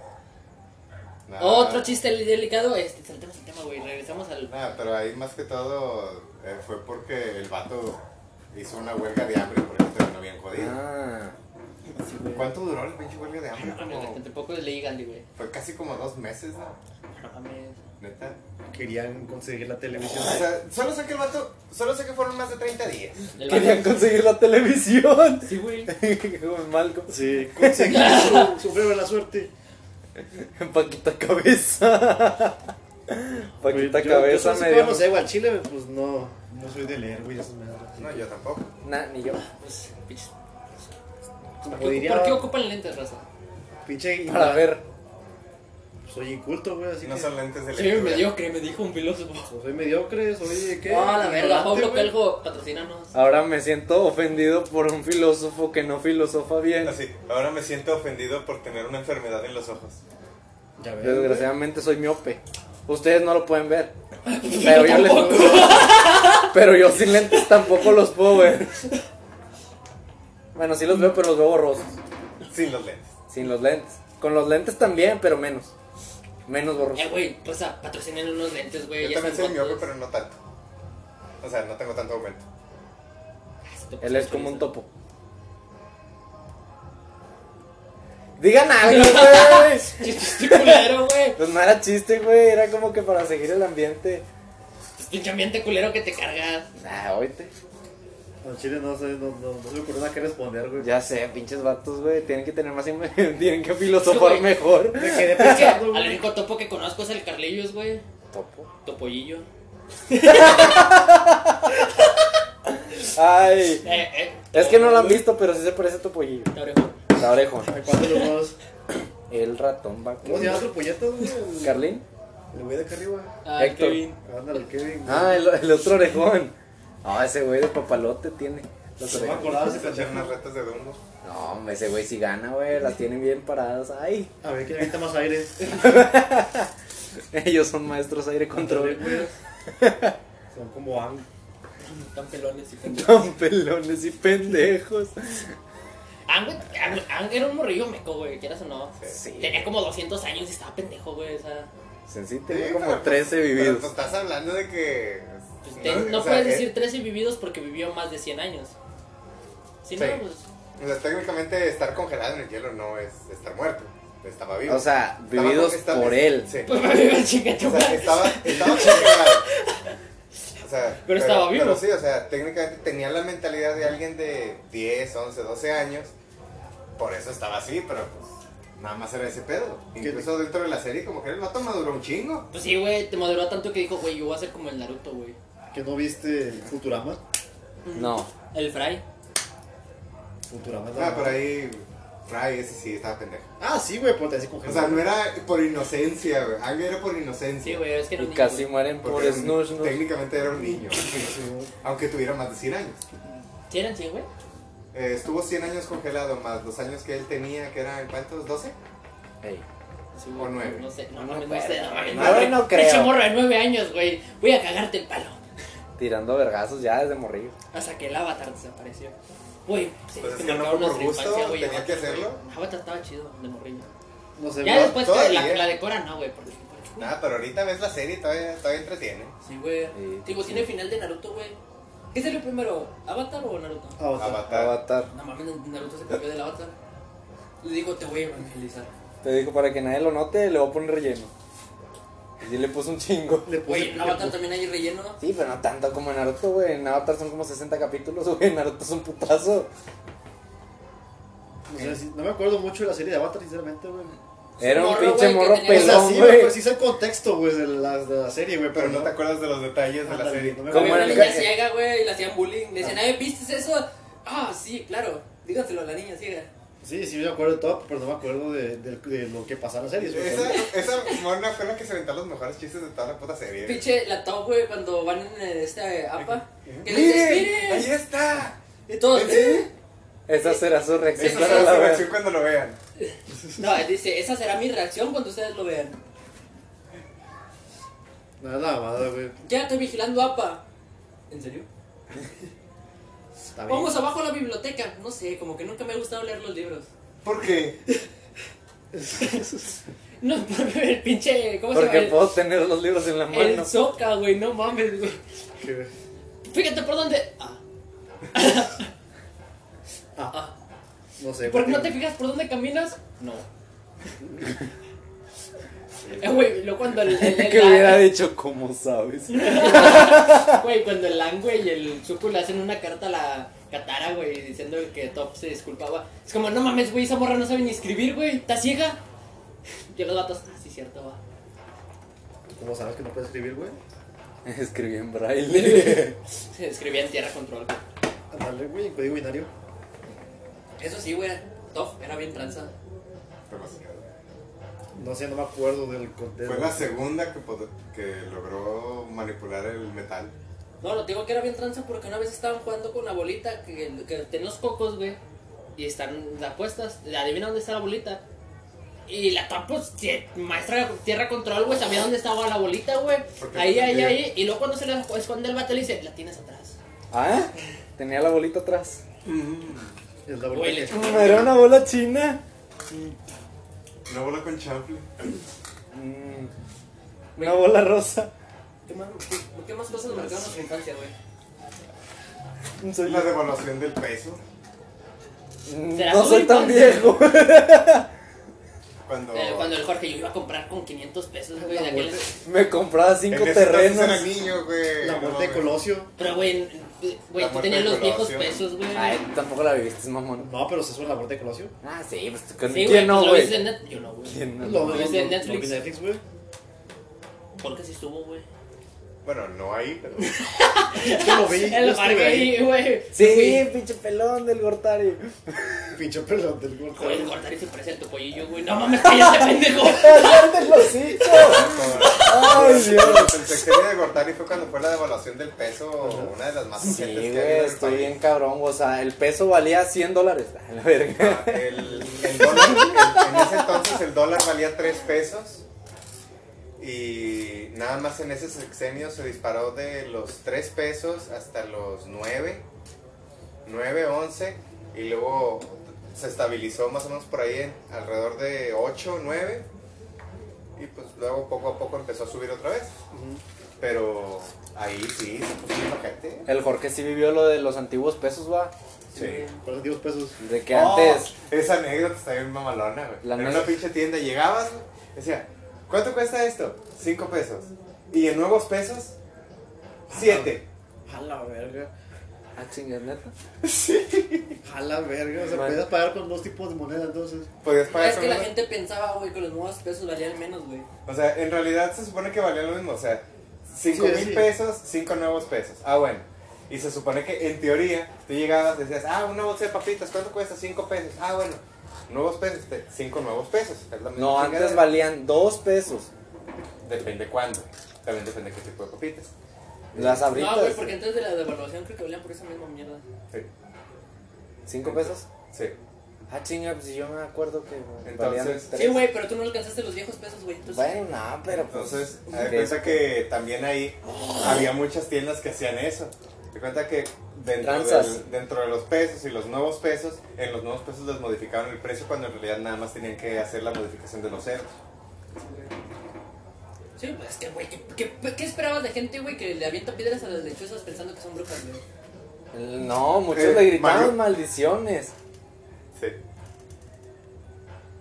Nah,
Otro chiste delicado, este, saltemos el tema, güey, regresamos al...
Nah, pero ahí más que todo eh, fue porque el vato hizo una huelga de hambre porque terminó bien jodido.
Ah,
¿Cuánto duró la pinche huelga de hambre?
No,
Como-
no, Tampoco leí Gandhi, güey.
fue casi como dos meses, ¿no?
No mames.
Neta.
Querían conseguir la
O
televisión.
sea, solo sé que el vato, solo sé que fueron más de 30 días.
El
Querían
vato-
conseguir la televisión.
Sí, güey.
Con Malcolm.
Sí, conseguir su breve la suerte.
Paquita Cabeza.
Güey,
Paquita
yo-
Cabeza
yo,
me
medio.
dio.
No sé, güey, al chile, pues no. No soy de leer, güey, eso me da.
No, yo tampoco.
Nah, ni yo.
Pues, pinches. ¿Por
Como
qué,
diría,
¿Por qué ocupan lentes, raza?
pinche.
Para ver.
Soy inculto, güey, así
no
que.
son lentes de
Sí,
lectura.
mediocre, me dijo un filósofo.
pues, soy mediocre, soy de qué.
Ah, la verga,
Ignorante,
Pablo
güey.
Calgo, patrocínanos.
Ah,
Ahora me siento ofendido por un filósofo que no filosofa bien.
Así, ahora me siento ofendido por tener una enfermedad en los ojos.
Ya ves.
Desgraciadamente soy miope. Ustedes no lo pueden ver. Pero yo, les- pero yo sin lentes tampoco los puedo ver. Bueno, sí los veo, pero los veo borrosos.
Sin los lentes.
Sin los lentes. Con los lentes también, pero menos. Menos
Eh,
borrosos.
güey, pues ah, patrocinan unos lentes, güey.
Yo
ya
también soy
están
miope,
guapos.
pero no tanto. O sea, no tengo tanto aumento.
Ah, se te pasó
Él es
la
como un
chorizo.
topo. Digan algo, güey.
Chiste este culero, güey.
Pues no era chiste, güey. Era como que para seguir el ambiente.
Es Pues, pinche ambiente culero que te cargas.
Ah, oíte.
Al chile no sé, no, no, no se me ocurre nada que responder, güey.
Ya sé, pinches vatos, güey. Tienen que tener más. im- Tienen que filosofar
Güey.
mejor.
Me quedé
Es que
pensando,
al
güey.
único topo que conozco es el Carlillos, güey.
Topo.
Topollillo.
Ay.
Eh, eh,
Es que no lo han visto, pero sí se parece a Topollillo.
La oreja.
La orejón.
¿A cuánto lo más?
El ratón va
¿Cómo se llama tu puñetas, güey? El-
¿Carlín?
El güey de acá arriba.
Ah, el
Héctor.
Kevin.
Ándale, el Kevin. güey.
Ah, el, el otro orejón. Ah, ese güey de papalote tiene. Los
No me
orejones.
acordaba ese
Se echan
pendejo.
unas retas de Dumbo.
No, hombre, ese güey sí gana, güey. Las tienen bien paradas. Ay.
A ver, ¿quién necesita más aire?
Ellos son maestros aire
Ándale,
control.
güey. Son como ang.
Tan pelones y pendejos.
Son pelones y pendejos.
Ang, Ang, Ang ah, era un morrillo meco, güey, quieras o no.
Sí.
Tenía como 200 años y estaba pendejo, güey. O sea,
Sensí
Sí,
tenía como
pero- pues,
13
Pero
vividos.
pues estás hablando de que.
pues, te- no
o sea,
puedes
eh,
decir 13 vividos porque vivió más de 100 años. Si
Sí.
no, pues.
O sea, técnicamente estar congelado en el hielo no es estar muerto. Estaba vivo.
O sea,
Estaba-
vividos
estaba-
por él.
Sí.
Pues me vive chinga tu
O sea,
madre.
estaba, estaba congelado. O sea, pero,
estaba vivo.
Pero sí, o sea, técnicamente tenía la mentalidad de alguien de 10, 11, 12 años. Por eso estaba así, pero pues nada más era ese pedo. Incluso dentro de la serie, como que el vato maduró un chingo.
Pues sí, güey, te maduró tanto que dijo, güey, yo voy a ser como el Naruto, güey.
que no viste el Futurama.
No.
El Fry.
Futurama
Ah,
no.
por ahí. Fry, ese sí, estaba pendejo.
Ah, sí, güey, porque así con
O sea, no era por inocencia, güey. Algo era por inocencia.
Sí, güey, es que era
Y
un
casi
niño.
mueren
Porque
por
era un-
snus, ¿no?
Técnicamente era un niño. Aunque tuviera más de 100 años.
¿Sí eran 100, güey?
Eh, estuvo 100 años congelado, más los años que él tenía, que eran ¿cuántos? ¿12?
Ey.
Sí,
O
güey,
nueve.
No sé, no,
No
no, no,
puede,
sé. No, mames,
güey, no,
güey.
no
Pinche
creo.
morro de 9 años, güey. Voy a cagarte el palo.
Tirando vergazos ya desde morrillo.
Hasta que el Avatar desapareció. Güey, sí,
Pues es
se
que
me
no
acabaron
por
los de
gusto,
infancia, güey,
tenía que
Avatar,
hacerlo.
güey. Avatar estaba chido, de morrillo.
No sé,
Ya
güey.
después te la,
todavía.
la decora, no, güey. Porque, porque-
Nada, pero ahorita ves la serie y todavía, todavía entretiene.
sí, güey.
Sí,
Digo,
sí.
tiene final de Naruto, güey. ¿Qué salió primero, Avatar o Naruto?
Avatar.
Ah.
Avatar.
Avatar.
No mames, Naruto se cambió del Avatar. Le digo, te voy a evangelizar.
Te dijo, para que nadie lo note, le voy a poner relleno. Y le puso un chingo.
Le puse-
Güey, en
le
Avatar
puse-
también hay relleno.
Sí, pero no tanto como en Naruto, güey. En Avatar son como 60 capítulos, güey. En Naruto es un putazo.
no sé si- no me acuerdo mucho de la serie de Avatar, sinceramente, güey.
Era un
Morro,
pinche
güey, que
morro
tenía- pues,
O sea,
pelón,
sí, güey, pero sí
güey.
sé el contexto, güey, de la, de la serie, güey,
Pero no te acuerdas de los detalles de la
Ándale,
serie.
no me
¿Cómo
Había
acuerdo.
era
una
el
niña
ca-
ciega, güey, y le hacían bullying. Le decían, "Ay, ¿viste eso? Ah, sí, claro. Díganselo a la niña ciega.
Sí, sí me acuerdo de todo, pero no me acuerdo de, de- de lo que pasaba en la serie. güey.
Esa, esa mona fue la que se aventó los mejores chistes de toda la puta serie.
Pinche la top, güey, cuando van en eh, esta eh, APA. Que le dice,
¡Miren! ¡Ahí
¡Miren!
está!
Y todos, "¿Eh?".
Esa será su reacción.
Esa
para
será
la
su
wea.
reacción cuando lo vean.
No, él dice, esa será mi reacción cuando ustedes lo vean.
Nada, nada, nada, güey.
Ya estoy vigilando APA. ¿En serio?
Está bien.
Vamos abajo a la biblioteca. No sé, como que nunca me ha gustado leer los libros.
¿Por qué?
No, el pinche, ¿cómo
Porque
se llama?
puedo tener los libros en la
El, el
mano.
Soca, güey, no mames, güey.
Que-
Fíjate por dónde. Ah.
Ah.
Ah.
No sé,
¿Por qué
güey.
no te fijas por dónde caminas? No. Eh, güey, lo cuando el. el, el-
Que hubiera dicho, ¿cómo sabes?
Güey, cuando el Lang, güey, y el Zuko le hacen una carta a la Katara, güey, diciendo que Top se disculpaba. Es como, no mames, güey, esa morra no sabe ni escribir, güey, está ciega. Y los datos, ah, sí, cierto, va.
¿Cómo sabes que no puedes escribir, güey?
Escribí en braille.
Se escribía en tierra control.
Ándale, güey, en código binario.
Eso sí, güey, Top era bien tranza.
No sé, no me acuerdo del contexto.
Fue la segunda que, pod- que logró manipular el metal.
No, lo digo que era bien tranza porque una vez estaban jugando con la bolita que, que tenía los cocos, güey. Y están las apuestas. Adivina dónde está la bolita. Y la top, pues, tie- maestra tierra control, güey, sabía dónde estaba la bolita, güey.
Porque
Ahí,
no
ahí,
sabía.
ahí. Y luego cuando se la esconde el vato le dice, la tienes atrás.
¿Ah? Tenía la bolita atrás.
Mm. Es la
Güey,
bolita
le-
que-
Mm, Era una bola china.
No voló con chample.
Mm, Una bola rosa.
¿Qué más, qué, qué más cosas marcaron nuestra infancia, güey?
Mm, Soy-
La devaluación del peso.
Mm,
¿Será
No
tú,
soy tan
entonces?
viejo.
Cuando.
Eh, cuando el Jorge yo iba a comprar con 500 pesos, güey, de
La
aquel...
muerte,
Me compraba cinco
en ese entonces
terrenos.
era niño, güey.
la muerte de
No, güey.
Colosio.
Pero, güey, güey,
La
tú
muerte
tenías
de
los viejos
Colosio.
pesos, güey.
Ay, tampoco la viviste, mamón.
No, pero se suena la muerte de Colosio.
Ah, sí, pues con
Sí, güey,
quién no,
pues, lo
güey.
viste en net. Yo no, güey.
¿Quién
Lo,
no?
lo,
Es de
lo-
Netflix.
lo vi en Netflix, güey.
Porque sí estuvo, güey.
Bueno, no ahí, pero.
Yo lo vi. yo
El
estuve
parque
ahí.
ahí, güey.
Sí,
Güey,
pinche pelón del Gortari.
Pinche pelón del
Joder, el
gordo.
Gortari se parece al topollillo, güey. No mames, cállate, pendejo.
¡Cállate el hocico! ¡Ay, Dios!
Cuando pensé que era de Gortari fue cuando fue la devaluación del peso, una de las más
Sí,
urgentes
güey,
que ha habido en el
estoy
país.
bien cabrón. O sea, el peso valía 100 dólares. A la verga.
Ah, El, el dólar, el- en ese entonces el dólar valía 3 pesos y nada más en ese sexenio se disparó de los 3 pesos hasta los 9, 9, 11 y luego se estabilizó más o menos por ahí en- alrededor de 8, 9 y pues luego poco a poco empezó a subir otra vez. Pero ahí sí, se puso bien ojete.
El Jorge sí vivió lo de los antiguos pesos, va.
Sí.
Por 10 pesos.
De que
Oh,
antes.
Esa anécdota está bien mamalona, güey.
La
en
neta.
una pinche tienda llegabas, güey, decía, ¿cuánto cuesta esto? Cinco pesos. ¿Y en nuevos pesos? Siete.
A la verga.
Ah, chingas, neta.
A la verga. O sea,
Man.
podías pagar con dos tipos de moneda entonces.
Podías pagar
Es que
con
la
uno.
gente pensaba, güey, que los nuevos pesos valían menos, güey.
O sea, en realidad se supone que valía lo mismo. O sea, 5
Sí,
mil
sí.
pesos, 5 nuevos pesos. Ah, bueno. Y se supone que en teoría tú llegabas, decías, ah, una bolsa de papitas, ¿cuánto cuesta? 5 pesos. Ah, bueno, nuevos pesos, 5 nuevos pesos. Es la misma
No, antes
chingadera.
valían dos pesos.
Depende cuándo. También depende qué tipo de papitas.
Las
No, güey, porque
abritas.
antes de la devaluación creo que valían por esa misma mierda.
Sí,
¿Cinco pesos?
sí.
Ah, chinga, pues si yo me acuerdo que güey,
Entonces-
valían tres.
Sí, güey, pero tú no alcanzaste los viejos pesos, güey. Entonces,
Bueno, no, pero pues.
Entonces, haz de
que-
cuenta que también ahí había muchas tiendas que hacían eso. De cuenta que dentro,
Tranzas.
del- dentro de los pesos y los nuevos pesos, en los nuevos pesos les modificaban el precio cuando en realidad nada más tenían que hacer la modificación de los ceros.
Sí, pues es que, güey, ¿qué, qué, qué esperabas de gente, güey, que le avienta piedras a las lechuzas pensando que son brujas, güey?
No, muchos
Eh,
le gritaban
Mario-
maldiciones.
Sí,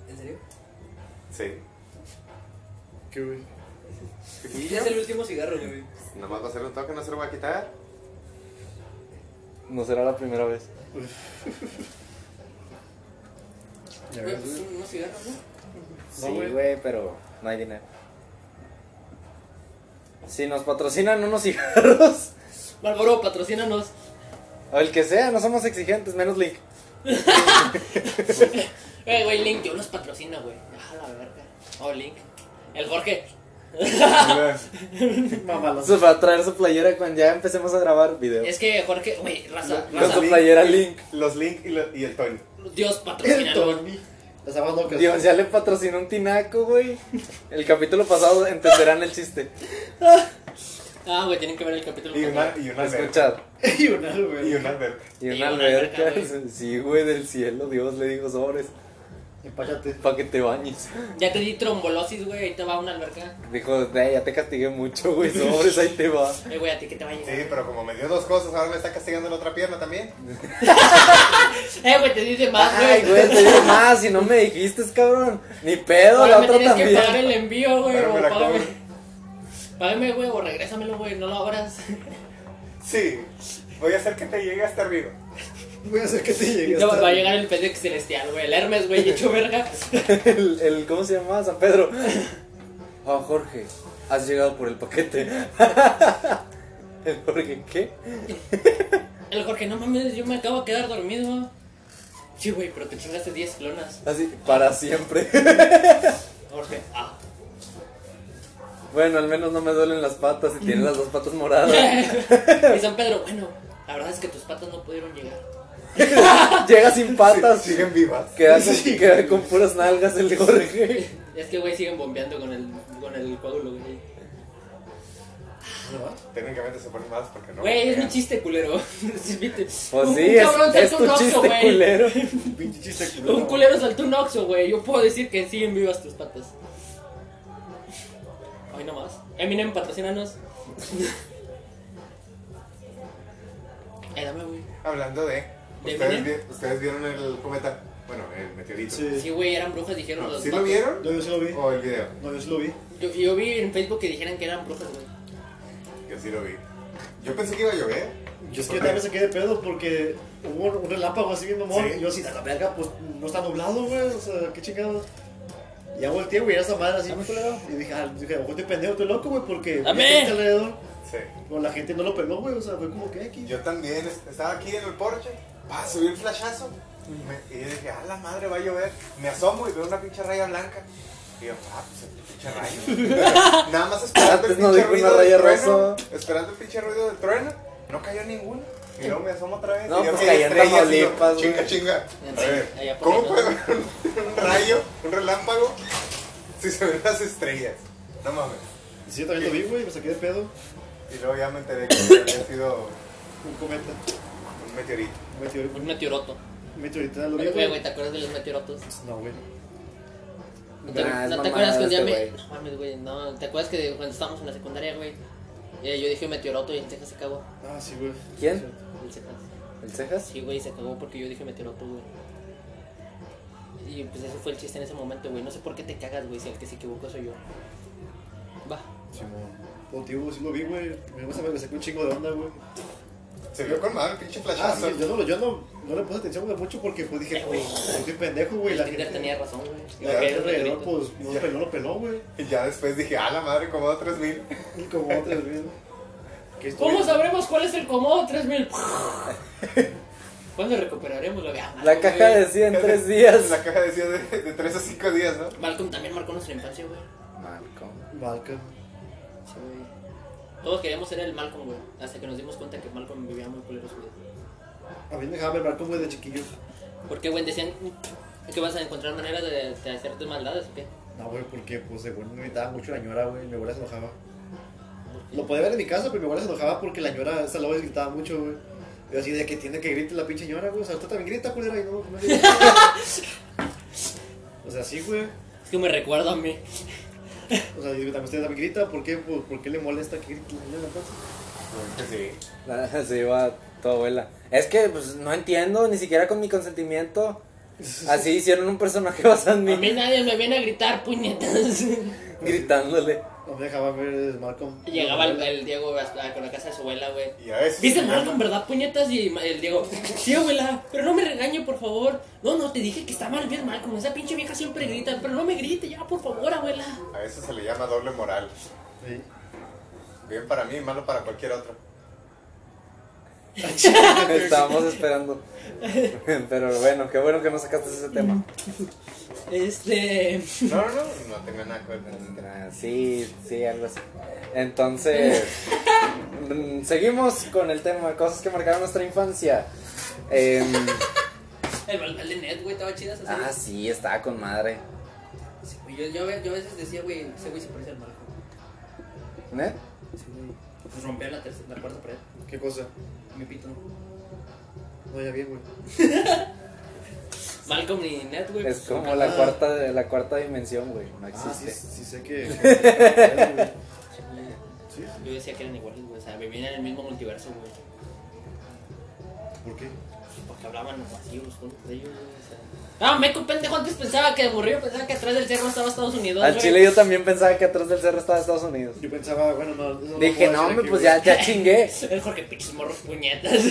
¿En serio?
sí.
Qué güey.
Ya es el último cigarro, güey.
Nomás va a ser un toque, no se lo va a quitar.
No será la primera vez.
Ya
Güey,
ves,
pues
güey.
unos cigarros, ¿no?
No,
Sí,
güey.
güey, pero no hay dinero. Si nos patrocinan unos cigarros,
Marlboro, patrocínanos.
o el que sea, no somos exigentes, menos Link.
Eh, güey, Link, yo los patrocino, güey. Ah, la verga. Oh, Link. El Jorge.
Mamalón.
Se va a traer su playera cuando ya empecemos a grabar video.
Es que Jorge, güey, raza,
Con
raza.
su playera Link.
Los Link y, lo- y el Tony.
Dios
El
patrocina.
Tony. Las amas locas.
Dios, ya le patrocinó un tinaco, güey. El capítulo pasado entenderán el chiste.
Ah, güey, tienen que ver el capítulo.
Y
con-
una, y una alberca.
Escuchad.
Y una, güey.
Y una alberca.
Y
Y
una
una alberca,
alberca. Sí, güey, del cielo. Dios le dijo sobres.
Empáchate.
Pa' que te bañes.
Ya te di trombolosis, güey, ahí te va una alberca.
Dijo, "Ve, ya te castigué mucho, güey. Sobres, ahí te va.
Eh, güey, a ti que te va a llegar.
Sí, pero como me dio dos cosas, ahora me está castigando la otra pierna también.
Eh, güey, te dice más, güey.
Ay, güey, te digo más. Si no me dijiste, cabrón. Ni pedo,
Ahora
la
me
otra
tienes que
también.
pagar el envío, güey,
Pero
o
me la
págame.
cobro.
Págame, güey, o regrésamelo, güey, no lo abras.
Sí, voy a hacer que te llegue hasta arriba.
Voy a hacer que te llegue.
No,
hasta-
va a llegar el pendejo celestial, güey, el Hermes, güey, hecho verga.
El, el- ¿Cómo se llama? San Pedro. Oh, Jorge, has llegado por el paquete. El Jorge, ¿qué?
El Jorge, no mames, yo me acabo de quedar dormido. Sí, güey, pero te chingaste 10 clonas.
Así, para siempre.
Jorge, ah.
Bueno, al menos no me duelen las patas y tiene las dos patas moradas.
y San Pedro, bueno, la verdad es que tus patas no pudieron llegar.
Llega sin patas.
Sí, siguen vivas.
Queda con, queda con puras nalgas el Jorge.
Es que, güey, siguen bombeando con el, con el coágulo, güey.
Técnicamente se ponen malas porque no.
Güey, es mi chiste, culero. Sí, viste.
Pues
Un-
sí,
un
es,
cabrón
es
saltó
tu
un oxo,
chiste
güey.
culero.
Pinche chiste culero.
Un culero saltó un oxo, güey. Yo puedo decir que siguen vivas tus patas. Hoy no más. Eminem, patrocínanos. eh, dame, güey.
Hablando de.
¿De
¿ustedes,
Eminem?
vi- ustedes vieron el cometa? Bueno, el meteorito.
Sí.
Sí, güey, eran brujas,
Ah,
dijeron
No,
los
¿Sí lo
vatos.
No,
vieron?
yo sí lo vi.
¿O el video?
No, yo sí lo vi.
Yo, yo vi en Facebook que dijeran que eran brujas, güey.
Yo sí lo vi. Yo pensé que iba a llover.
Yo es que también se quedé de pedo porque hubo un relámpago así bien mamón.
Sí.
Y yo así, a la verga, pues no está nublado, güey. O sea, qué chingado. Y ya volteé, güey, era esa madre así, muy culero. Y dije, ah, dije, ojo, te pendejo, estoy loco, güey, porque vi
Amén.
gente alrededor.
Sí.
Pero la gente no lo peló, güey. O sea, fue como que aquí.
Yo también es- estaba aquí en el porche. Va a subir el flashazo. Me- y yo dije, ah, la madre, va a llover. Me asomo y veo una pinche raya blanca. Y yo, ah, pues el pinche rayo. Nada más esperando el
Antes no
pinche
dijo
ruido
una
del
raya
trueno.
rosa.
Esperando el pinche ruido del trueno. No cayó ninguno. Y luego me asomo otra vez.
No,
y yo,
pues
"Ey,
cayó en
estrellas", y yo,
Tamaulipas, güey.
Chinga, chinga.
En
A ver,
allá por
¿Cómo
allá.
puede haber un, un rayo, un relámpago, si se ven las estrellas? No mames.
Sí, yo también lo vi, güey, me saqué de pedo.
Y luego ya me enteré que había sido
Un cometa.
un meteorito.
Un meteorito.
Un meteoroto.
Un meteorito lo vi,
Oye,
güey.
güey, ¿te acuerdas de los meteorotos?
No, güey.
¿No te,
Nah, es
no te
mamada
acuerdas que un día
este
me...
güey.
No mames, güey, no. ¿Te acuerdas que cuando estábamos en la secundaria, güey? eh, yo dije meteoroto y el Cejas se cagó.
Ah, sí, güey.
¿Quién?
El Cejas.
¿El cejas?
Sí, güey, se cagó porque yo dije meteoroto, güey. Y pues ese fue el chiste en ese momento, güey. No sé por qué te cagas, güey, si el que se equivocó soy yo. Va.
Simón. Oh, tío, sí lo vi, güey. Me, me sacó un chingo de onda, güey.
Se vio con madre, pinche
Ah,
flashazo.
sí, yo no, lo- yo no, no le puse atención güey, mucho porque pues dije, güey, estoy pendejo, güey. La
El Tinder
gente,
tenía razón, güey.
la
Lo
gente
que es el
alrededor,
negrito.
pues no lo peló, lo peló, güey.
Y ya después dije, a la madre, como otros mil.
Y como otras veces. que estoy-
¿Cómo sabremos cuál es el Comodo 3000? ¿Cuándo recuperaremos la vea?
La caja decía en tres días.
La caja decía de, de tres a cinco días, ¿no?
Malcolm también marcó nuestra infancia, güey.
Malcolm.
Malcolm.
Sí, güey. Todos queríamos ser el Malcolm, güey. Hasta que nos dimos cuenta que Malcolm vivía muy culeros, güey.
A mí me dejaba ver Malcolm, güey, de chiquillo.
Porque, güey, decían que vas a encontrar maneras de, de hacer tus maldades, ¿o qué?
No, güey, porque pues según me invitaba mucho la ñora, güey, mi abuela se enojaba. Lo podía ver en mi casa, pero mi abuela se enojaba porque la ñora, esa loba gritaba mucho, güey. Yo así de que tiene que gritar la pinche ñora, güey. O sea, tú también grita, culera, y no, no grita. O sea, sí, güey.
Es que me recuerda a mí.
O sea, digo, también usted también grita, ¿por qué, Pues, por, por qué le molesta que grite la pues? ñora? entonces?
Pues Sí.
La- Se iba tu abuela. Es que pues no entiendo, ni siquiera con mi consentimiento. Así hicieron un personaje basado en
A mí
mí.
nadie me viene a gritar, puñetas.
Gritándole.
No me dejaba ver Malcolm.
Llegaba el, el Diego güey, hasta- con la casa de su abuela, güey.
Y a veces.
Viste Malcolm, ¿verdad, puñetas? Y ma- el Diego, sí, abuela, pero no me regañe, por favor. No, no, te dije que está mal ver Malcolm. Esa pinche vieja siempre grita, pero no me grite ya, por favor, abuela.
A veces se le llama doble moral.
Sí.
Bien para mí, malo para cualquier otro.
Estábamos esperando. Pero bueno, qué bueno que no sacaste ese tema.
Este.
No, no, no, no tengo nada que ver con ese tema.
Ah, Sí, sí, algo así. Entonces, mm, seguimos con el tema, cosas que marcaron nuestra infancia. Em,
El balbal de Ned, güey, estaba chida esa serie.
ah, sí, estaba con madre.
Sí, güey, yo, yo, yo a veces decía, güey, ese güey se parece al Malcolm.
¿Eh?
Sí, güey. Pues rompía la, tercera- la cuarta pared.
¿Qué cosa?
Mi pito.
No, ya bien, güey.
Malcolm y Ned, güey.
Es
pues, son
como la
casados.
cuarta, la cuarta dimensión, güey. No
Ah, sí,
existe.
sí sé que... güey. Sí,
Yo decía que eran iguales, güey. O sea, vivían en el mismo multiverso, güey.
¿por qué?
Porque hablaban así, los juntos de ellos, güey. O sea. Ah, meco pendejo, antes pensaba que aburrido, pensaba que atrás del cerro estaba Estados Unidos.
Al
güey.
Chile yo también pensaba que atrás del cerro estaba Estados Unidos.
Yo pensaba, bueno, no... eso
Dije,
puedo
no,
decir
hombre,
aquí,
pues
güey".
ya, ya chingué.
Es Jorge pinches morros puñetas.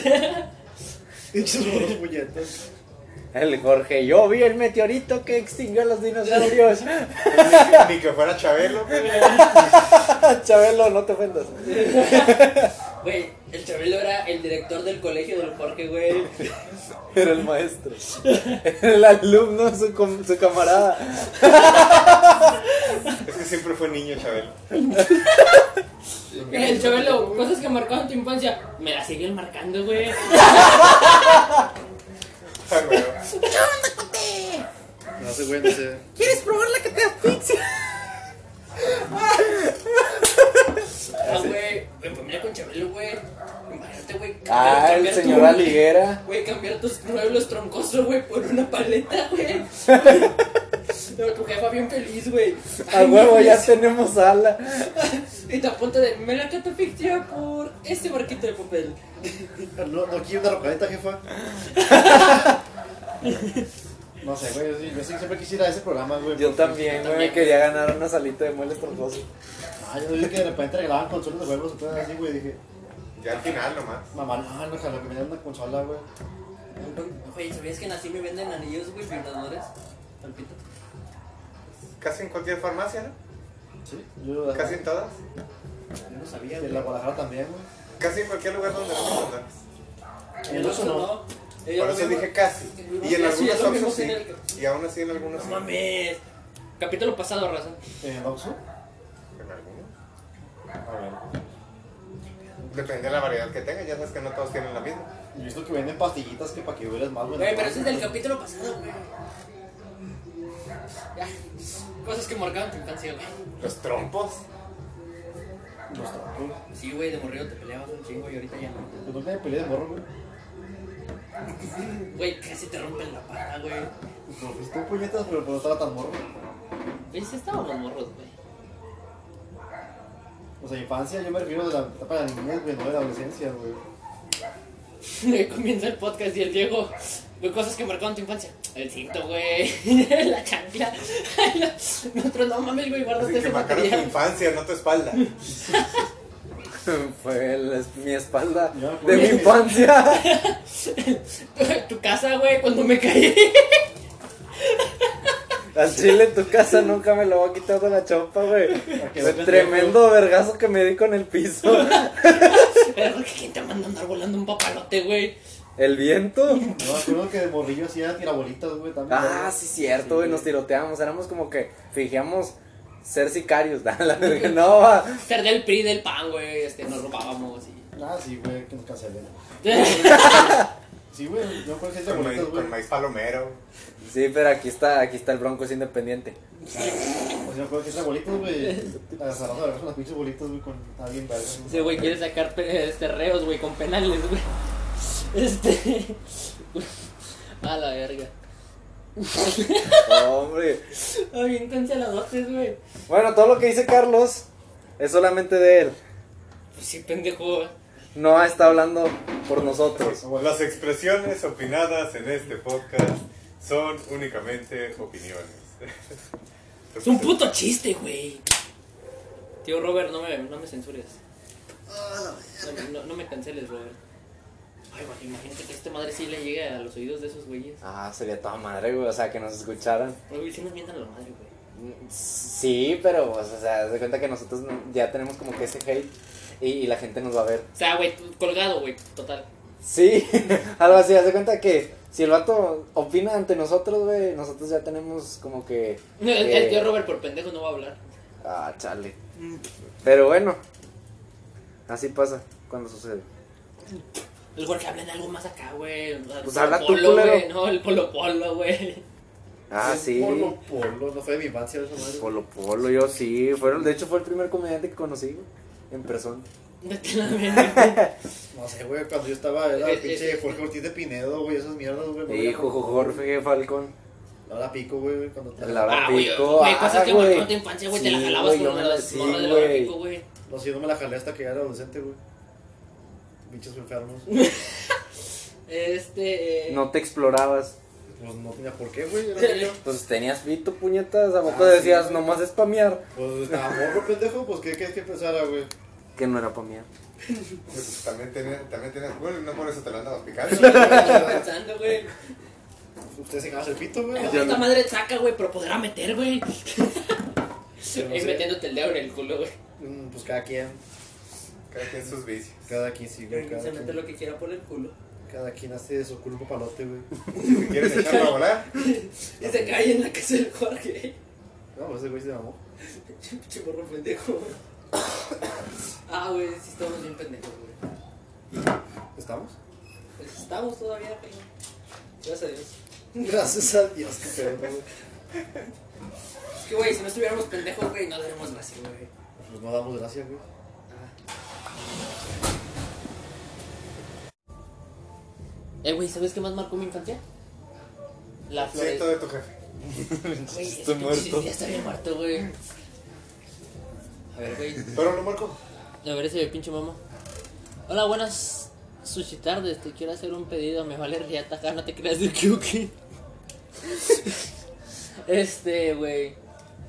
Pinches monos puñetas.
El Jorge, yo vi el meteorito que extinguió a los dinosaurios.
Ni que fuera Chabelo, güey.
Ah, Chabelo, no te ofendas.
Güey, el Chabelo era el director del colegio del Jorge, güey.
Era el maestro. Era el alumno, su, com- su camarada.
Es que siempre fue niño Chabelo.
El Chabelo, cosas que marcaron tu infancia. Me las siguen marcando, güey.
Ah, güey.
No sé, güey, no sé.
¿Quieres probar la que te asfixia?
Ah, güey. En familia con Chabelo, güey. Imagínate, güey.
Ah,
cambiar-
el
cambiar
señor
tu-
Aliguera.
Güey, cambiar tus pueblos troncosos, güey, por una paleta, güey. No, tu jefa bien feliz, güey.
A
Ay,
huevo,
no,
ya tenemos ala.
Y te apunta de, me la catafictia por este barquito de papel.
No, no quiero una rocaleta, jefa. No sé, güey, yo, sí- yo sí siempre quisiera ese programa, güey.
Yo
porque-
también, güey, me quería ganar una salita de muebles troncosos.
Ah, yo dije que de repente regalaban consolas de juegos o cosas así, güey. Dije,
Ya al final nomás.
mamá, no, no, ojalá que me den una consola, güey.
Güey, ¿sabías que nací me venden anillos, güey, vibradores? Palpito.
Casi en cualquier farmacia, ¿no?
Sí, yo,
Casi en todas.
yo no sabía, de la Guadalajara también, güey.
Casi en cualquier lugar donde no me mandan.
En el oso no.
Eh,
Por
lo
eso
mismo-
dije casi. Y en
Sí,
algunos
es lo mismo
otros sí.
que en
Y aún así en algunos
No
sí.
mames. Capítulo pasado, raza.
En el Oxxo.
En algunos. A ver. Depende de la variedad que tengan, ya sabes que no todos tienen la misma.
Yo he visto que venden pastillitas que para que dueles más, güey.
Güey, pero ese es del capítulo pasado, güey. Ya. Cosas que marcaban tu infancia, güey.
Los trompos.
Los tacos.
Sí, güey, de morrido te peleabas un chingo y ahorita ya no.
Pues nunca me peleé de morro, güey.
Güey, casi te rompen la pata, güey.
Pues no, pues tú puñetas, pero pues no estaba tan morro.
Güey, ¿sí estábamos morros, güey.
O sea, infancia, yo me refiero de la etapa de la niñez, güey, no de la adolescencia, güey.
Güey, Comienza el podcast y el Diego. Güey, cosas que marcaron tu infancia. El cinto, güey. La chancla. Ay, no. Nosotros, no mames, güey, guárdate
Así que
ese
marcaron tu
material.
infancia, no tu espalda.
Fue el es- mi espalda
Ya,
de
pues.
mi infancia.
tu casa, güey, cuando me caí.
Al chile en tu casa nunca me lo va a quitar de la chopa, güey.
que
Fue
veas,
Tremendo vergazo que me di con el piso.
Pero, ¿Quién te manda a andar volando un papalote, güey?
El viento.
No, me acuerdo que de morrillo hacía tirabolitas, güey, también.
Ah, sí, cierto, güey. Nos tiroteábamos. Éramos como que fingíamos ser sicarios. la verga, no, va.
Ser del PRI, del PAN, güey, este, nos robábamos y...
Ah, sí, güey, que nos cancelé. Sí, güey, yo me acuerdo que hacía
Con, maíz,
tirabolitas, güey.
con maíz palomero.
Sí, pero aquí está, aquí está el Broncos independiente.
O sea, me acuerdo que hacía bolitas, güey. Agarrando a ver con las pinches bolitas, güey, con alguien verga. güey.
Ese güey quiere sacar pe- este, reos, güey, con penales, güey. Este... A la verga.
Hombre.
Ay, bien canceladotes, güey.
Bueno, todo lo que dice Carlos es solamente de él.
Pues sí, pendejo.
No está hablando por nosotros.
Las expresiones opinadas en este podcast son únicamente opiniones.
Es un puto chiste, güey. Tío Robert, no me, no me censures. No, no- no me canceles, Robert. Ay, güey, imagínate que esta madre sí le llegue a los oídos de esos güeyes.
Ah, sería toda madre, güey. O sea, que nos escucharan.
Ay, Güey, sí nos mientan a la madre, güey.
Sí, pero, pues, o sea, haz de cuenta que nosotros no- ya tenemos como que ese hate y, y la gente nos va a ver.
O sea, güey, tú- colgado, güey, total.
Sí, algo así. Haz de cuenta que si el vato opina ante nosotros, güey, nosotros ya tenemos como que.
El, el
Eh.
tío Robert por pendejo no va a hablar.
Ah, chale. Pero bueno, así pasa cuando sucede.
El güey que hablen algo más acá, güey. O sea,
Pues habla tú,
polo,
culero.
güey. No, el polo polo, güey.
Ah,
El
sí.
Polo, polo, no fue de mi infancia esa madre. güey.
Polo Polo, yo sí. Fueron, de hecho, fue el primer comediante que conocí güey, en persona.
Vete a la verga.
No sé, güey, cuando yo estaba era
Eh,
el pinche
eh,
Jorge Ortiz de Pinedo, güey, esas mierdas, güey. me
Hijo,
acuerdo.
Jorge Falcón.
La hora pico, güey, cuando te...
La hora-
Ah, güey,
Pico,
güey, cosas
ah,
que
güey.
marcó tu infancia, güey, te la
Sí,
jalabas
güey,
con
yo me
una de
la-
las
sí,
morras de la hora
güey.
pico, güey.
No sé, yo no me la jalé hasta que ya era adolescente, güey. Pinches enfermos.
Este. eh,
No te explorabas.
Pues no tenía por qué, güey, era niño.
Entonces tenías pito, puñetas. ¿A poco
Ah, sí,
decías
güey.
nomás es pamear?
Pues estaba morro, pendejo, pues qué qué que empezara, güey.
Que no era pamear.
Pues, también tenías, también tenías- bueno, no por eso te lo andabas picando.
estaba pensando, güey.
Usted se cagaba el pito, güey.
Esta madre saca, güey, pero podrá meter, güey.
Sí, no
Eh,
sé.
metiéndote el dedo en el culo, güey.
Mm, Pues cada quien,
Cada quien sus vicios.
cada quien sí, güey. Cada,
Se mete
quien-
lo que quiera por el culo.
cada quien hace su culo palote, güey.
Si quieres echarlo a volar,
Y se cae en la casa del Jorge.
No, pues ese güey se mamó.
Chimorro pendejo. Ah, güey, sí estamos bien pendejos, güey.
¿Estamos?
Pues estamos todavía, pero. Gracias a Dios.
Gracias a Dios, qué pedo, güey.
Es que, güey, si no estuviéramos pendejos, güey, no daríamos gracia, güey.
Pues no damos gracias, güey.
Eh, güey, ¿sabes qué más marcó mi infancia? La flores.
siento de tu jefe.
Güey, ese
Estoy
pinche
muerto.
Ya está bien muerto, güey. A ver, güey.
Pero no marco.
A ver ese pinche mamá. Hola, buenas sushi tardes. Te quiero hacer un pedido. Me vale riata acá, no te creas de que Este, güey.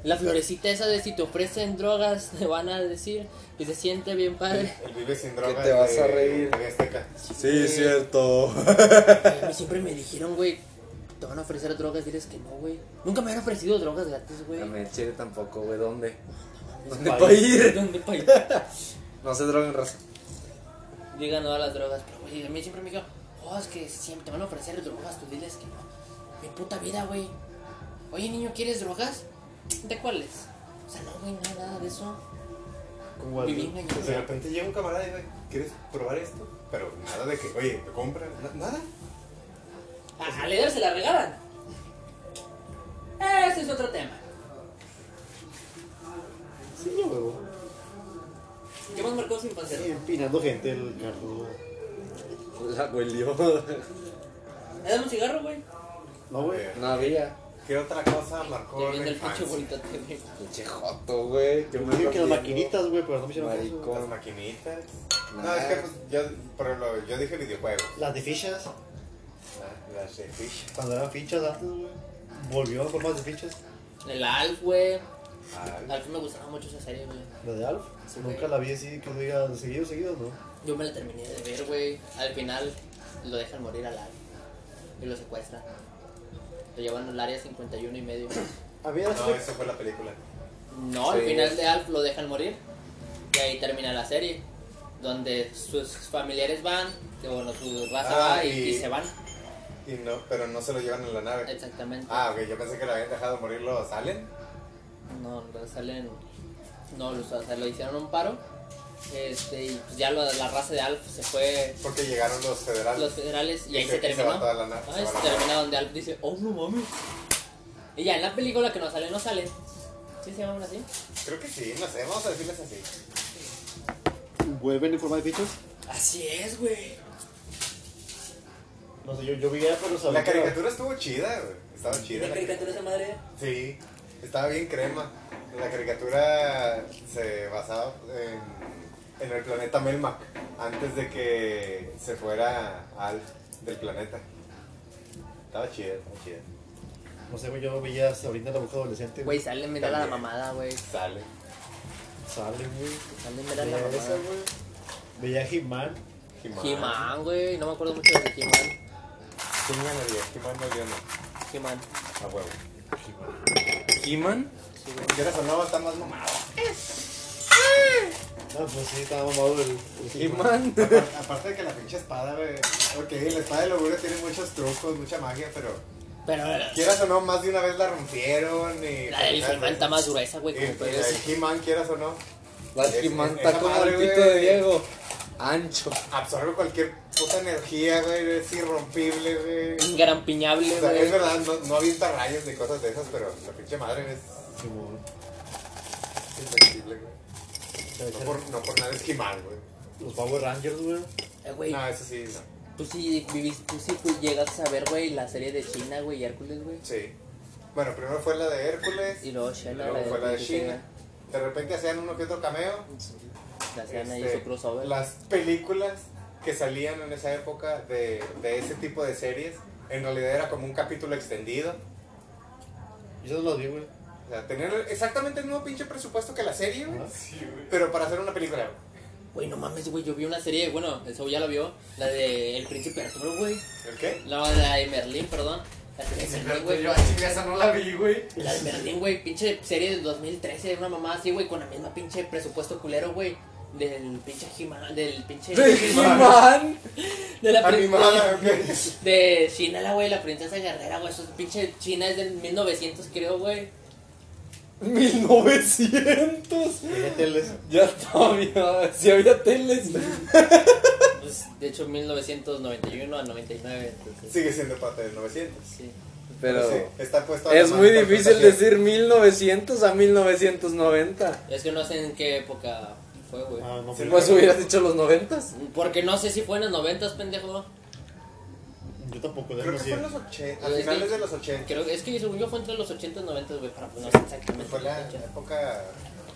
La florecita esa de si te ofrecen drogas, te van a decir que se siente bien padre.
El vive sin drogas.
te vas a
de-
reír.
de Azteca.
Eh,
Sí,
cierto.
A mí siempre me dijeron, güey, te van a ofrecer drogas, diles que no, güey. Nunca me han ofrecido drogas gratis, güey.
No, en Chile tampoco, güey. ¿Dónde? ¿Dónde
País,
pa' ir?
¿Dónde pa' ir?
No se droguen, raza.
Diga no a las drogas, pero güey, a mí siempre me dijeron, oh, es que siempre te van a ofrecer drogas, tú diles que no. Mi puta vida, güey. Oye, niño, ¿quieres drogas? ¿De cuáles? O sea, no, güey, no hay nada de eso.
Como al-
Viví engañado.
De repente llega un camarada y dice, ¿quieres probar esto? Pero nada de que, oye, te compra, na- nada.
A, a Leder se la regalan. Ese es otro tema.
Sí, huevo.
¿Qué más marcó su infancia?
Empinando gente el Carlos, güey.
La huelió.
¿Le dan un cigarro, güey?
No, güey.
Eh,
No había.
¿Qué otra cosa marcó
Te
la
viene el pinche
infancia?
bolita, güey.
Pinche joto, güey.
Yo me que las maquinitas, güey, pero no me hicieron
Marico.
caso.
Las maquinitas. No,
Nah.
es que pues, yo, por ejemplo, yo dije videojuegos.
Las de fichas,
Ah, Las de ficha.
cuando eran fichas antes, güey. Volvió a formas de fichas.
El Alf, güey. Al fin me gustaba mucho esa serie, güey.
¿La de Alf?
Sí,
Nunca
güey.
la vi así que diga seguido, seguido, ¿no?
Yo me la terminé de ver, güey. Al final lo dejan morir al Al. Y lo secuestran. Lo llevan al área 51 y medio.
A mí
No, esa fue la película.
No, al
Sí.
final de Alf lo dejan morir. Y ahí termina la serie. Donde sus familiares van, que bueno, su raza
Ah,
va y,
y-
y se van.
Y no, pero no se lo llevan en la nave.
Exactamente.
Ah, ok, yo pensé que lo habían dejado morir los Allen.
No, no salen. No, o sea, lo hicieron un paro. Este, y pues ya lo- la raza de Alf se fue
Porque llegaron los federales.
los federales y
Y
ahí
se-
se
y se
terminó.
va toda la na-
Ah,
se va
se
la
termina donde Alf dice, oh no mames. Y ya en la película que no sale, no sale. ¿Sí se llaman así?
Creo que sí, no sé, vamos a decirles así.
¿Vuelven en forma de fichas?
Así es, güey.
No sé, yo, yo vi ya, pero sabía
La
que era-
caricatura estuvo chida, güey. Estaba chida. la
esa madre?
Sí, estaba bien crema. La caricatura se basaba en, en el planeta Melmac, antes de que se fuera al del planeta. Estaba chida, estaba chida.
No sé, güey, yo veía hasta ahorita la bruja adolescente.
Güey, sale, mira la
También.
mamada, güey.
Sale.
Sale, güey.
Sale, mira la
Veía esa,
mamada.
güey. Veía a He-Man.
He-Man.
He-Man, güey. No me acuerdo mucho de He-Man.
¿Quién ganaría? He-Man no gana.
He-Man.
A huevo.
¿He-Man?
Sí, güey.
Quieras o no, está más mamado.
No, pues sí, estaba mamado el, el
¿He-Man?
Aparte, aparte de que la pinche espada, güey. Ok, la espada de Loburio tiene muchos trucos, mucha magia, pero
Pero la,
quieras o no, más de una vez la rompieron. Y
la de He-Man está más gruesa, güey.
Y
como
la
puede
de
ser.
He-man, quieras o no,
La
Es-
He-Man
es-
está
esa
como
madre,
el pito
güey.
de Diego. Ancho.
absorbe cualquier puta energía, güey, es irrompible, güey.
Un gran piñable,
O sea,
güey.
es verdad, no, no avienta rayos ni cosas de esas, pero la pinche madre es
Simón.
invencible, güey. No
Los
por, no por nada es He-Man, güey.
Power Rangers, güey.
Eh, güey,
No, eso sí, no.
tú sí vivís, tú sí pues, llegas a ver, güey, la serie de China, güey, y Hércules, güey.
Sí. Bueno, primero fue la de Hércules,
Y luego Shella,
luego fue la de
Princesa,
China. De repente hacían uno que otro cameo.
La hacían ahí
Este,
su crossover.
Las películas que salían en esa época de, de ese tipo de series, en realidad era como un capítulo extendido.
Yo no los vi, güey.
O sea, tener exactamente el mismo pinche presupuesto que la serie, güey,
Ah.
pero para hacer una película. güey.
Güey, no mames, güey, yo vi una serie, bueno, eso ya la vio, la de El Príncipe Arturo, güey.
¿El qué?
No, la de Merlín, perdón. La serie de Merlín, güey.
esa no la vi, güey.
La de Merlín, güey, pinche serie del 2013, una mamá así, güey, con la misma pinche presupuesto culero, güey. Del pinche He-Man, del pinche...
¿De He-Man?
De la prin-
Animada,
de-
ok.
De China, la güey, la princesa guerrera, güey. Eso es pinche China, es del 1900, creo, güey.
1900.
Tenía teles.
Ya todavía, si había teles.
Pues, de hecho, 1991 a 99. Entonces,
Sigue siendo parte del 900.
sí.
Pero
Sí, está puesto a la
es muy difícil
malinterpretación.
decir 1900 a 1990.
Es que no sé en qué época fue, güey.
Ah, no,
Sí,
pero-
Pues hubieras dicho los 90.
Porque no sé si fue en los 90, pendejo.
Yo tampoco,
Creo
déjame
que fue en los
decir.
80,
Es
a
que-
finales de los 80.
Creo que es que según yo fue entre los 80 y 90, güey, para pues, no sé exactamente.
Fue la
la fecha.
época.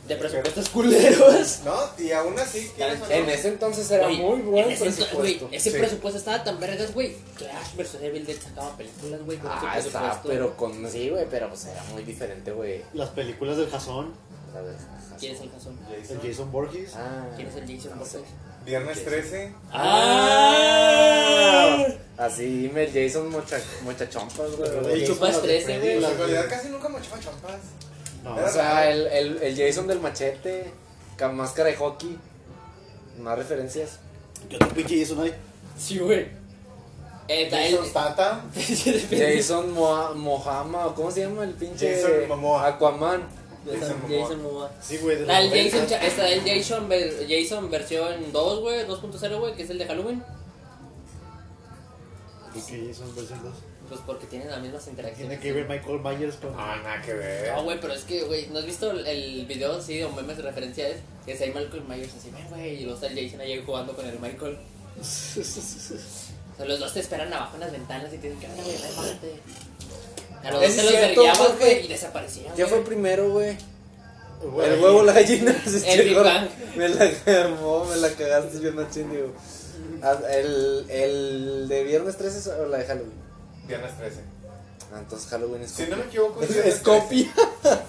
De presupuestos culeros.
No, y aún así, ¿quieres o no?
En ese entonces era
Güey,
muy buen
en ese ento-
presupuesto.
güey, ese
Sí.
presupuesto estaba tan vergas, güey. Clash vs. Evil Dead sacaba películas, güey, con
Ah,
ese
está,
presupuesto.
pero con. Sí, güey, pero pues era muy diferente, güey.
Las películas del Jason,
A ver,
¿Quién es el Jason?
el
Jason.
Jason Borges.
Ah,
¿Quién es el Jason
no sé.
Borges?
Viernes 13.
¡Ah! Así me el Jason mucha, muchachompas,
Jason,
güey.
El chupas
las de
13,
Freddy,
güey.
Pues
las
en
de-
realidad casi nunca mochaba champas.
No,
O sea, el, el, el Jason del machete, con máscara de hockey. Más referencias.
¿qué otro pinche Jason hay?
Sí, güey. Eh, ta-
Jason Statham.
el-
Jason Moa- Mohammed, ¿cómo se llama el pinche?
Jason Momoa.
Aquaman.
Jason Momoa.
Jason Momoa.
Sí, güey, de
La
los
del Jason,
90.
cha- esta del Jason, ver- Jason versión 2, güey, 2.0, güey, que es el de Halloween.
¿Por qué Jason versión dos?
Pues porque tienen las mismas
Tiene
interacciones.
que ver Michael Myers con.
No, Ah, nada que ver.
No, güey, pero es que, güey, ¿no has visto el, el video? Sí, o memes de referencia es que está ahí Michael Myers así, "Ven, güey, y luego está el Jason ahí jugando con el Michael. O sea, los dos te esperan abajo en las ventanas y te dicen, ¿qué onda, güey? Ven, bájate". A los dos
Es
se los
cierto,
vergueabas,
porque-
güey, y desaparecían.
¿Qué
güey.
fue primero, güey?
Güey,
El huevo, la gallina. Sí,
El Big
gordo.
Bang.
Me la armó, me la cagaste bien machín, digo. Ah, El, el de viernes 13 es- o la de Halloween.
Viernes 13.
Ah, entonces Halloween es
Si pues,
copia.
no me equivoco,
Es-
Viernes
es copia.
13.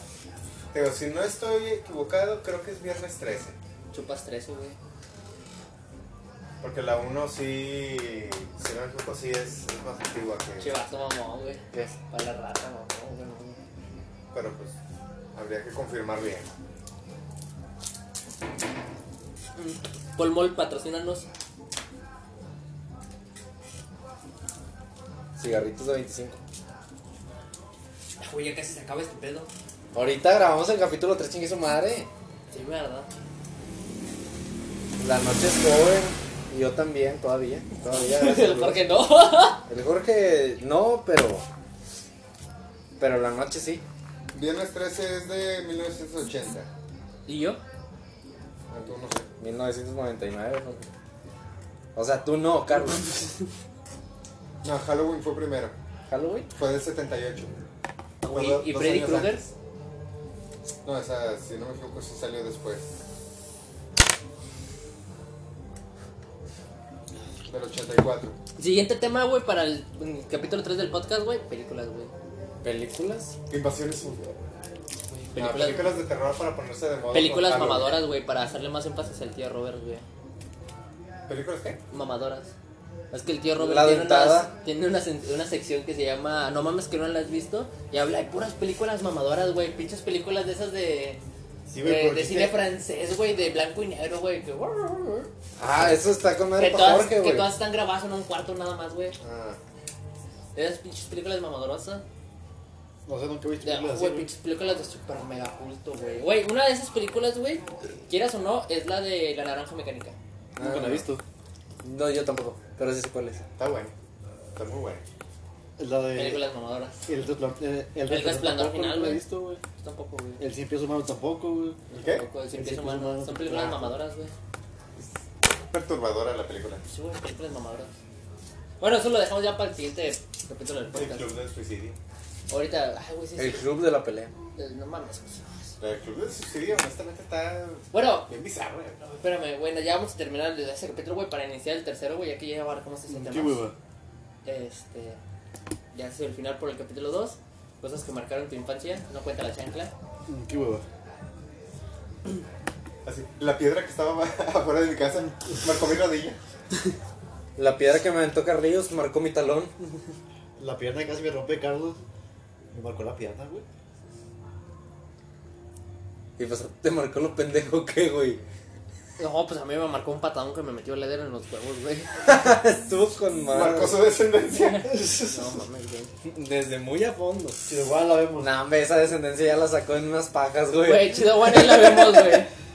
Te digo, si no estoy equivocado, creo que es viernes 13.
Chupas 13, güey.
Porque la 1 sí, si no me equivoco, sí es, es más antigua que...
Chivato mamón, güey.
que-
Para la rata mamón, güey.
Pero pues, habría que confirmar bien.
Polmol, patrocínanos.
Cigarritos de 25.
Ah, Güey, ya casi se acaba este pedo.
Ahorita grabamos el capítulo 3, chingue su madre.
Sí, verdad.
La noche es joven. Y yo también, todavía. Todavía. gracias a Dios.
¿Por qué no?
El Jorge no, pero. Pero la noche sí.
Viernes 13 es de 1980.
¿Y yo?
Ah, tú no sé.
1999, Jorge. O sea, tú no, Carlos.
No, Halloween fue primero.
Halloween.
Fue del 78. Fue
¿Y-
do-
¿Y
dos
Freddy
años
Krueger?
antes. No, esa, si no me equivoco, sí salió después. Del 84.
Siguiente tema, güey, para el mm, capítulo 3 del podcast, güey. Películas, güey.
¿Películas?
Invasiones invasiones Ah,
Películas,
películas de terror para ponerse de moda.
películas
con Halloween.
mamadoras, güey, para hacerle más énfasis al tío Robert, güey.
¿Películas qué?
Mamadoras. Es que el tío Robert
La
tiene,
dentada.
unas- tiene una, sen- una sección que se llama No mames que no la has visto y habla de puras películas mamadoras, güey. Pinches películas de esas de, de-
Sí, güey,
de
porque-
cine francés, güey, de blanco y negro, güey. Que,
Ah, eso está con
que
madre para
todas,
Jorge,
que
güey.
todas están grabadas en un cuarto nada más, güey.
Ah,
Esas pinches películas mamadorosas.
No sé, nunca he visto
Ya,
películas así,
güey,
güey.
pinches películas de super mega culto, güey. Güey, una de esas películas, güey, quieras o no, es la de La Naranja Mecánica.
Eh.
Nunca la he visto.
Ah. No, yo tampoco. Pero sí sé cuál es.
está bueno. Está muy bueno.
La de.
Películas mamadoras.
El, resplan- eh, el,
El resplandor
tampoco
final,
no lo he
güey.
visto, güey.
Yo Tampoco, güey.
El cien pies humano tampoco, güey.
¿El qué?
Tampoco, sin
El
pies
sin pies
humanos.
humanos.
Son películas
Ah.
mamadoras, güey.
Perturbadora la película.
Sí, güey, películas mamadoras. Bueno, eso lo dejamos ya para el siguiente capítulo del
El
podcast.
club del suicidio.
Ahorita, ay, güey, sí,
El
sí.
club de la pelea.
Eh, No mames. güey.
El club del suicidio, honestamente, está
Bueno,
bien bizarro. eh.
espérame, bueno, ya vamos a terminar el- ese capítulo, güey, para iniciar el tercero, güey, ya que ya abarcamos ese tema.
Qué hueva.
Este. Ya es el final por el capítulo 2. Cosas que marcaron tu infancia. No cuenta la chancla.
Mm, Qué hueva.
Así, la piedra que estaba afuera de mi casa marcó mi rodilla.
La piedra que me aventó Carrillos marcó mi talón.
La pierna casi me rompe Carlos. Me marcó la pierna, güey.
Y pues te marcó lo pendejo que, güey.
No, pues a mí me marcó un patadón que me metió el leder en los huevos, güey.
Estuvo con madre.
Marcó su descendencia.
No mames, güey.
Desde muy a fondo.
Si de igual la vemos.
Nah, hombre, esa descendencia ya la sacó en unas pajas, güey.
Güey, chido, bueno, ahí la vemos, güey.